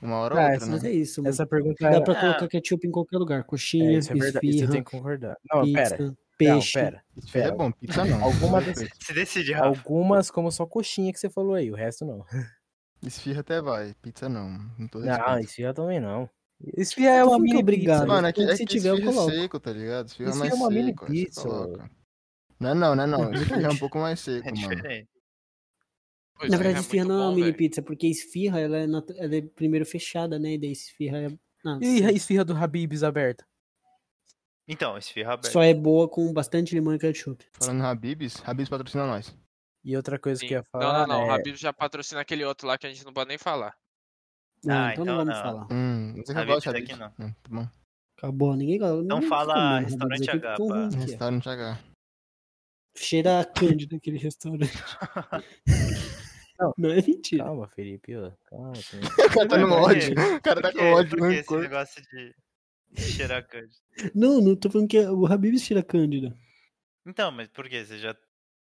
C: Uma hora ou
F: Ah,
C: outra,
F: essa-
C: né?
B: mas é isso. mano.
F: Essa pergunta
B: Dá
F: era...
B: pra
D: Ah.
B: colocar ketchup em qualquer lugar.
F: é,
B: Coxinha,
F: isso é verdade, isso eu
B: esfirra,
F: tenho que concordar. Não,
B: pizza,
F: pera.
B: peixe.
F: Não, pera.
C: Isso é
F: Pera.
C: bom, pizza não.
F: Alguma
C: Isso é
F: dessas-
C: feito.
D: Se decide,
F: Tá.
B: Tá
D: Rafa.
F: Algumas, como só coxinha que você falou aí, o resto não.
C: Esfirra até vai, pizza não. Não tô
F: Não,
E: é.
C: respeito.
F: esfirra também não. Esfirra é uma
B: Como que
F: mini
B: obrigado?
F: pizza.
C: Mano, é que,
B: tudo que
C: é
B: se
C: que
B: tiver, eu
C: esfirra é
B: coloco.
C: seco, tá ligado? Esfirra é
F: Esfirra
C: mais
F: é uma mini
C: seco, aí você
F: pizza,
C: coloca. Não é não, não é não. Esfirra é um
B: verdade.
C: pouco mais seco,
D: É
C: mano.
D: diferente.
E: Pô,
B: Na
E: esfirra
B: verdade,
E: é
B: esfirra
E: muito
B: não é uma
E: bom,
B: mini
E: velho.
B: pizza, porque esfirra ela é, nat- ela é primeiro fechada, né? E daí esfirra é. Ah, não
F: E a
B: sei.
F: esfirra do Habibs aberta?
D: Então, esfirra aberta.
B: Só é boa com bastante limão e ketchup.
C: Falando em Habibs, Habibs patrocina nós.
F: E outra coisa
E: Sim.
F: que eu ia
E: Não, não,
F: falar
E: não. O
F: é...
E: Habib já patrocina aquele outro lá que a gente não pode nem falar.
B: Ah,
D: Ah,
B: então, não
D: então
B: vamos
D: não.
B: falar.
C: Hum, não sei se eu
D: Habib's
C: gosto de
D: daqui
C: Habibs.
D: não.
C: Tá bom.
B: Acabou, ninguém gosta.
D: Então
B: ninguém
D: fala
B: fica bem,
D: restaurante
B: Rodrigues, aqui,
D: H,
B: tão
D: pá.
B: ruim que é.
C: Restaurante H.
B: Cheira a cândida aquele restaurante.
F: Não.
B: Não é mentira.
F: Calma, Felipe, ó. Calma, Felipe.
C: O cara tá no
D: Por quê?
C: ódio. O cara tá
D: Por
C: com
D: quê?
C: ódio né?
D: Por que
C: no
D: esse
C: corpo.
D: negócio de. Cheirar Cândida.
B: Não, não tô falando que é o Habib cheira cândida.
D: Então, mas por quê? Você já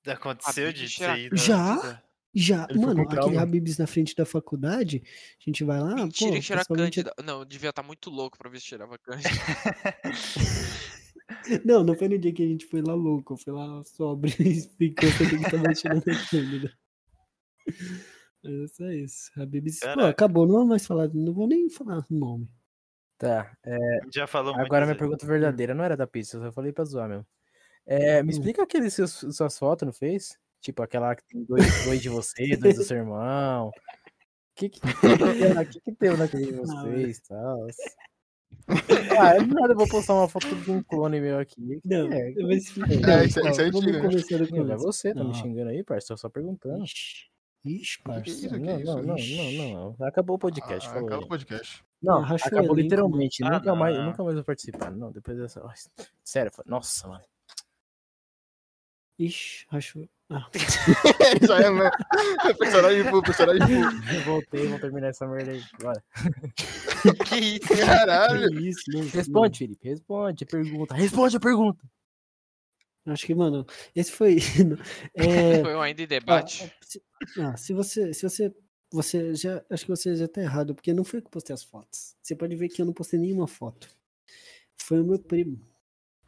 D: aconteceu de
E: bicha-
D: ter ido...
B: Já? Já,
C: Ele foi
B: mano,
C: com
B: aquele
C: trauma.
B: Habibs na frente da faculdade, a gente vai lá,
E: Mentira
B: Ah, pô,
E: que cheirava
B: pessoalmente- é
E: cândida. Não, eu devia estar muito louco pra ver se cheirava cândida.
B: Não, não foi no dia que a gente foi lá louco, foi lá sobre e explicou pra quem que tava tirando a câmera. Mas é só isso. A BBC. Pô,
D: Caraca.
B: acabou, não vou mais falar, não vou nem falar o nome.
F: Tá. é,
D: Já falou
F: agora minha
D: muitas vezes.
F: pergunta verdadeira não era da pizza, eu só falei pra zoar mesmo. É, me explica aqueles seus, suas fotos no Face? Tipo, aquela que tem dois, dois de você, dois do seu irmão. O que que, que, que deu naquele de
B: Ah,
F: vocês e tal? Ah, é nada, eu vou postar uma foto de um clone meu aqui.
B: Não,
F: é,
B: eu vou explicar.
C: É, isso é- isso é
B: Vamos
C: antigo, né?
B: começar do
F: Não, é
B: começo.
F: você, tá
B: Não.
F: me xingando aí, parça? Eu só perguntando.
B: Ixi, Ixi,
C: Que
B: parça.
C: isso, que
F: não,
C: isso?
F: não, não,
B: Ixi.
F: não, não. Acabou o podcast,
C: Ah,
F: falou.
C: acaba
F: aí.
C: o podcast.
F: Não,
B: Ah, rachou o
F: acabou
B: elenco, né?
F: literalmente.
D: Ah,
F: nunca, mais,
D: não.
F: nunca mais vou participar. Não, depois dessa. Ai, Sério, foi- nossa, mano.
B: Ixi, rachou.
C: Isso aí é mesmo. Personagem full, personagem full.
F: Eu voltei, vou terminar essa merda aí. Bora.
D: Que isso?
C: Caralho.
B: Que isso, mano.
F: Responde, Felipe. Responde a pergunta. Responde a pergunta.
B: Acho que, mano, esse foi. É,
E: Foi um ainda em debate.
B: se, ah, se você. Se você. Você já. Acho que você já tá errado, porque não fui eu que postei as fotos. Você pode ver que eu não postei nenhuma foto. Foi o meu primo.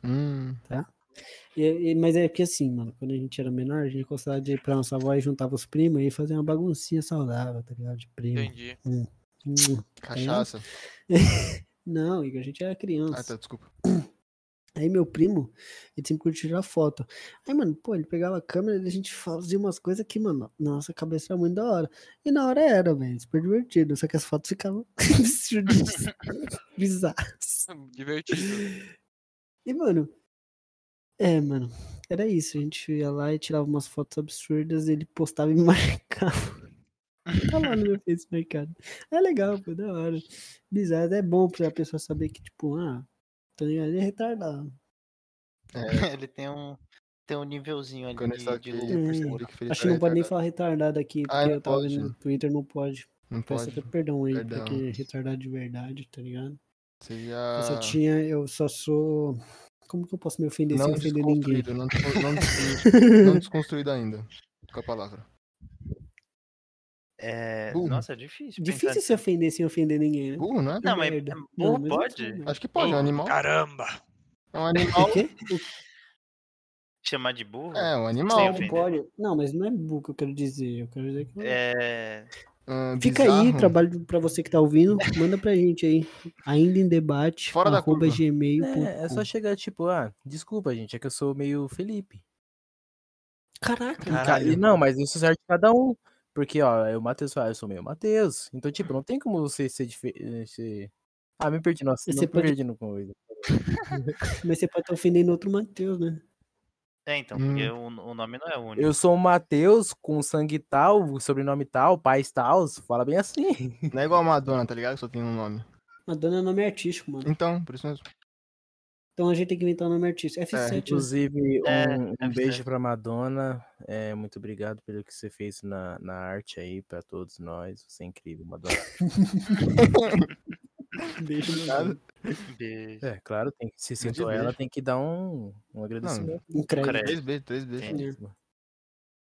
C: Hum.
B: E- e- mas é porque assim, mano, quando a gente era menor, a gente gostava de ir pra nossa avó e juntava os primos e fazer uma baguncinha saudável, tá ligado? De primo.
E: Entendi.
B: Hum.
C: Cachaça.
B: Não, Igor, a gente era
C: Ah,
B: criança.
C: tá, desculpa.
B: Aí meu primo, ele sempre curtiu tirar foto. Aí, mano, pô, ele pegava a câmera e a gente fazia umas coisas que, mano, na nossa cabeça era muito da hora. E na hora era, velho, super divertido. Só que as fotos ficavam bizarras.
E: Divertido.
B: E, mano. É, mano. Era isso. A gente ia lá e tirava umas fotos absurdas, ele postava e me marcava. tá lá no meu Face marcado. É legal, pô, da hora. Bizarro. É bom pra pessoa saber que, tipo, ah, tá ligado? Ele é retardado.
D: Ele tem um, tem um nívelzinho ali
C: Quando eu
D: de,
C: estava
D: de
C: aqui,
D: louco.
B: Hum.
C: percebi que
F: um
C: Felipe
B: Acho que não
C: era
B: pode nem
C: retardado.
B: falar retardado aqui, porque
C: Ah, não
B: eu tava
C: pode.
B: vendo no Twitter, não pode.
C: Não
B: Peço
C: pode.
B: até perdão aí,
C: Perdão. Ah.
B: porque retardado de verdade, tá ligado?
C: Você
B: Eu só
C: já...
B: tinha, eu só sou. Como que eu posso me ofender
C: Não
B: sem ofender ninguém?
C: desconstruído, não, descon- não, descon- não desconstruído ainda. Com a palavra.
D: É,
C: Burro.
D: nossa, é difícil. pensar
B: Difícil se
D: nisso.
B: ofender sem ofender ninguém, né?
C: Burro, né?
D: Não, mas
B: merda.
D: burro
B: mas eu
D: pode?
B: falo, né?
C: Acho que pode, é um animal.
E: Caramba!
C: É um animal.
B: O quê?
D: Chamar de burro?
C: É, um
D: Sem
C: animal.
B: Não pode. Não, mas não é burro que eu quero dizer. Eu quero dizer que.
D: É,
C: Ah,
B: Fica aí,
C: bizarro.
B: trabalho pra você que tá ouvindo. Manda pra gente aí. Ainda em debate.
C: Fora da
B: arroba
C: curva.
B: gmail.com.
F: É, é só chegar, tipo, ah, desculpa, gente, é que eu sou meio Felipe.
B: Caraca,
F: E ca-
B: cara.
F: e não, mas isso serve de cada um. Porque, ó, eu, Matheus, fala, "Ah, eu sou meio Matheus. Então, tipo, não tem como você ser diferente. Ah, me perdi, nossa,
B: Você
F: não, me
B: pode-
F: perdi no coisa.
B: Mas você pode estar ofendendo outro Matheus, né?
D: é, então,
C: Hum.
D: porque o, o nome não é único.
F: Eu sou o Matheus com sangue tal, sobrenome tal, pais tal, fala bem assim.
C: Não é igual a Madonna, tá ligado? Que Só tem um nome.
B: Madonna é nome artístico, mano.
C: Então, por isso mesmo.
B: Então a gente tem que inventar um nome artístico. F7. né?
F: É, Inclusive,
D: É,
F: um, um
D: deve ser.
F: beijo pra Madonna. É, muito obrigado pelo que você fez na, na arte aí, pra todos nós. Você é incrível, Madonna.
B: Beijo,
C: Nada.
D: Beijo.
F: É, claro, tem que, se
C: Grande
F: citou ela,
C: beijo.
F: tem que dar um, um agradecimento.
B: Um crédito.
D: Crédito.
C: Três beijos, três beijos.
B: Entendi.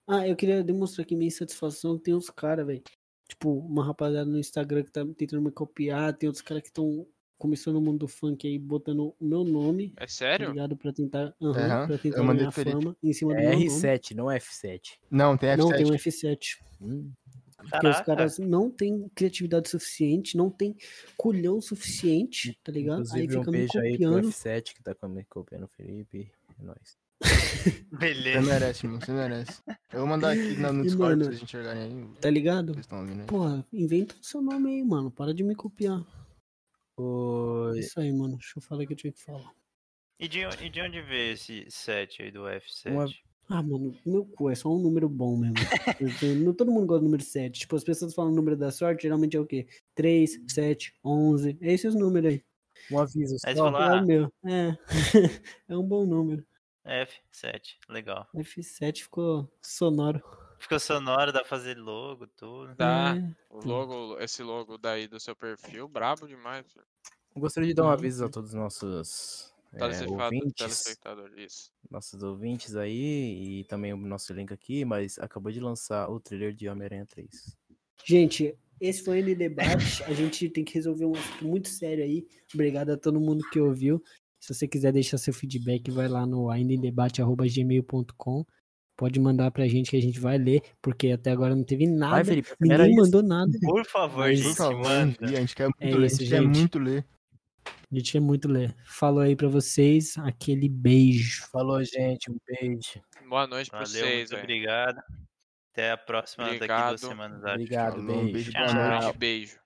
B: Ah, eu queria demonstrar aqui minha insatisfação. Tem uns caras, velho. Tipo, uma rapaziada no Instagram que tá tentando me copiar. Tem outros caras que estão começando o mundo do funk aí, botando o meu nome.
E: É
B: tá
E: sério?
B: Ligado pra tentar, aham,
C: Aham,
B: pra tentar
C: eu mandei
B: ganhar
C: pro Felipe.
B: fama em cima do
F: É
B: meu nome.
F: R7, não F7.
C: Não, tem F7.
B: Não tem um F7.
F: Hum,
B: Porque os
D: Caraca.
B: caras não têm criatividade suficiente, não tem culhão suficiente, tá ligado? Aí
F: Inclusive, um
B: fica me
F: beijo aí pro
B: copiando.
F: F7 que tá com- me copiando o Felipe. É nóis.
C: Você
D: Beleza.
C: merece, mano. Você merece. Eu vou mandar aqui na- no
B: E,
C: Discord
B: mano,
C: pra vocês enxergarem aí.
B: Tá ligado?
C: Vocês estão ouvindo aí.
B: Porra, inventa o seu nome aí, mano. Para de me copiar.
F: Ô,
B: É isso aí, mano. Deixa eu falar o que eu tinha que falar.
D: E de, e de onde veio esse 7 aí do F7?
F: Uma-
B: Ah, mano, meu cu é só um número bom mesmo. Porque não- todo mundo gosta do número 7. Tipo, as pessoas falam o número da sorte, geralmente é o quê? 3, 7, 11. É esses números aí.
F: um aviso
D: Aí você
F: só.
D: falou,
B: É
D: ah,
B: o meu. É. é um bom número.
D: F7, legal.
B: F7 ficou sonoro.
D: Ficou sonoro, dá pra fazer logo, tudo.
E: Tá.
B: É.
E: O logo, esse logo daí do seu perfil, brabo demais.
F: Eu gostaria de dar um aviso a todos os nossos é,
D: Tá
E: Telespectador,
F: ouvintes,
E: telespectador, isso.
F: nossos ouvintes aí e também o nosso elenco aqui, mas acabou de lançar o trailer de Homem-Aranha 3.
B: Gente, esse foi o N Debate. A gente tem que resolver um assunto muito sério aí. Obrigado a todo mundo que ouviu. Se você quiser deixar seu feedback, vai lá no aindaemdebate.gmail.com. Pode mandar pra gente que a gente vai ler, porque até agora não teve
F: Vai,
B: nada.
F: Felipe, primeira
B: Ninguém
F: isso.
B: mandou nada.
D: Por favor,
B: Mas,
D: gente,
C: Por favor,
D: manda.
C: envia, a gente quer muito
B: É
C: ler.
B: isso,
C: a gente quer
B: gente.
C: muito ler.
B: A gente quer muito ler. Falou aí pra vocês. Aquele beijo.
F: Falou, gente. Um beijo.
E: Boa noite pra
D: Valeu,
E: vocês,
D: muito
E: velho.
D: obrigado. Até a próxima daqui
E: Obrigado.
D: duas semanas. acho.
F: Obrigado,
C: Falou,
F: beijo.
C: beijo,
D: Tchau.
C: boa noite.
E: Um beijo.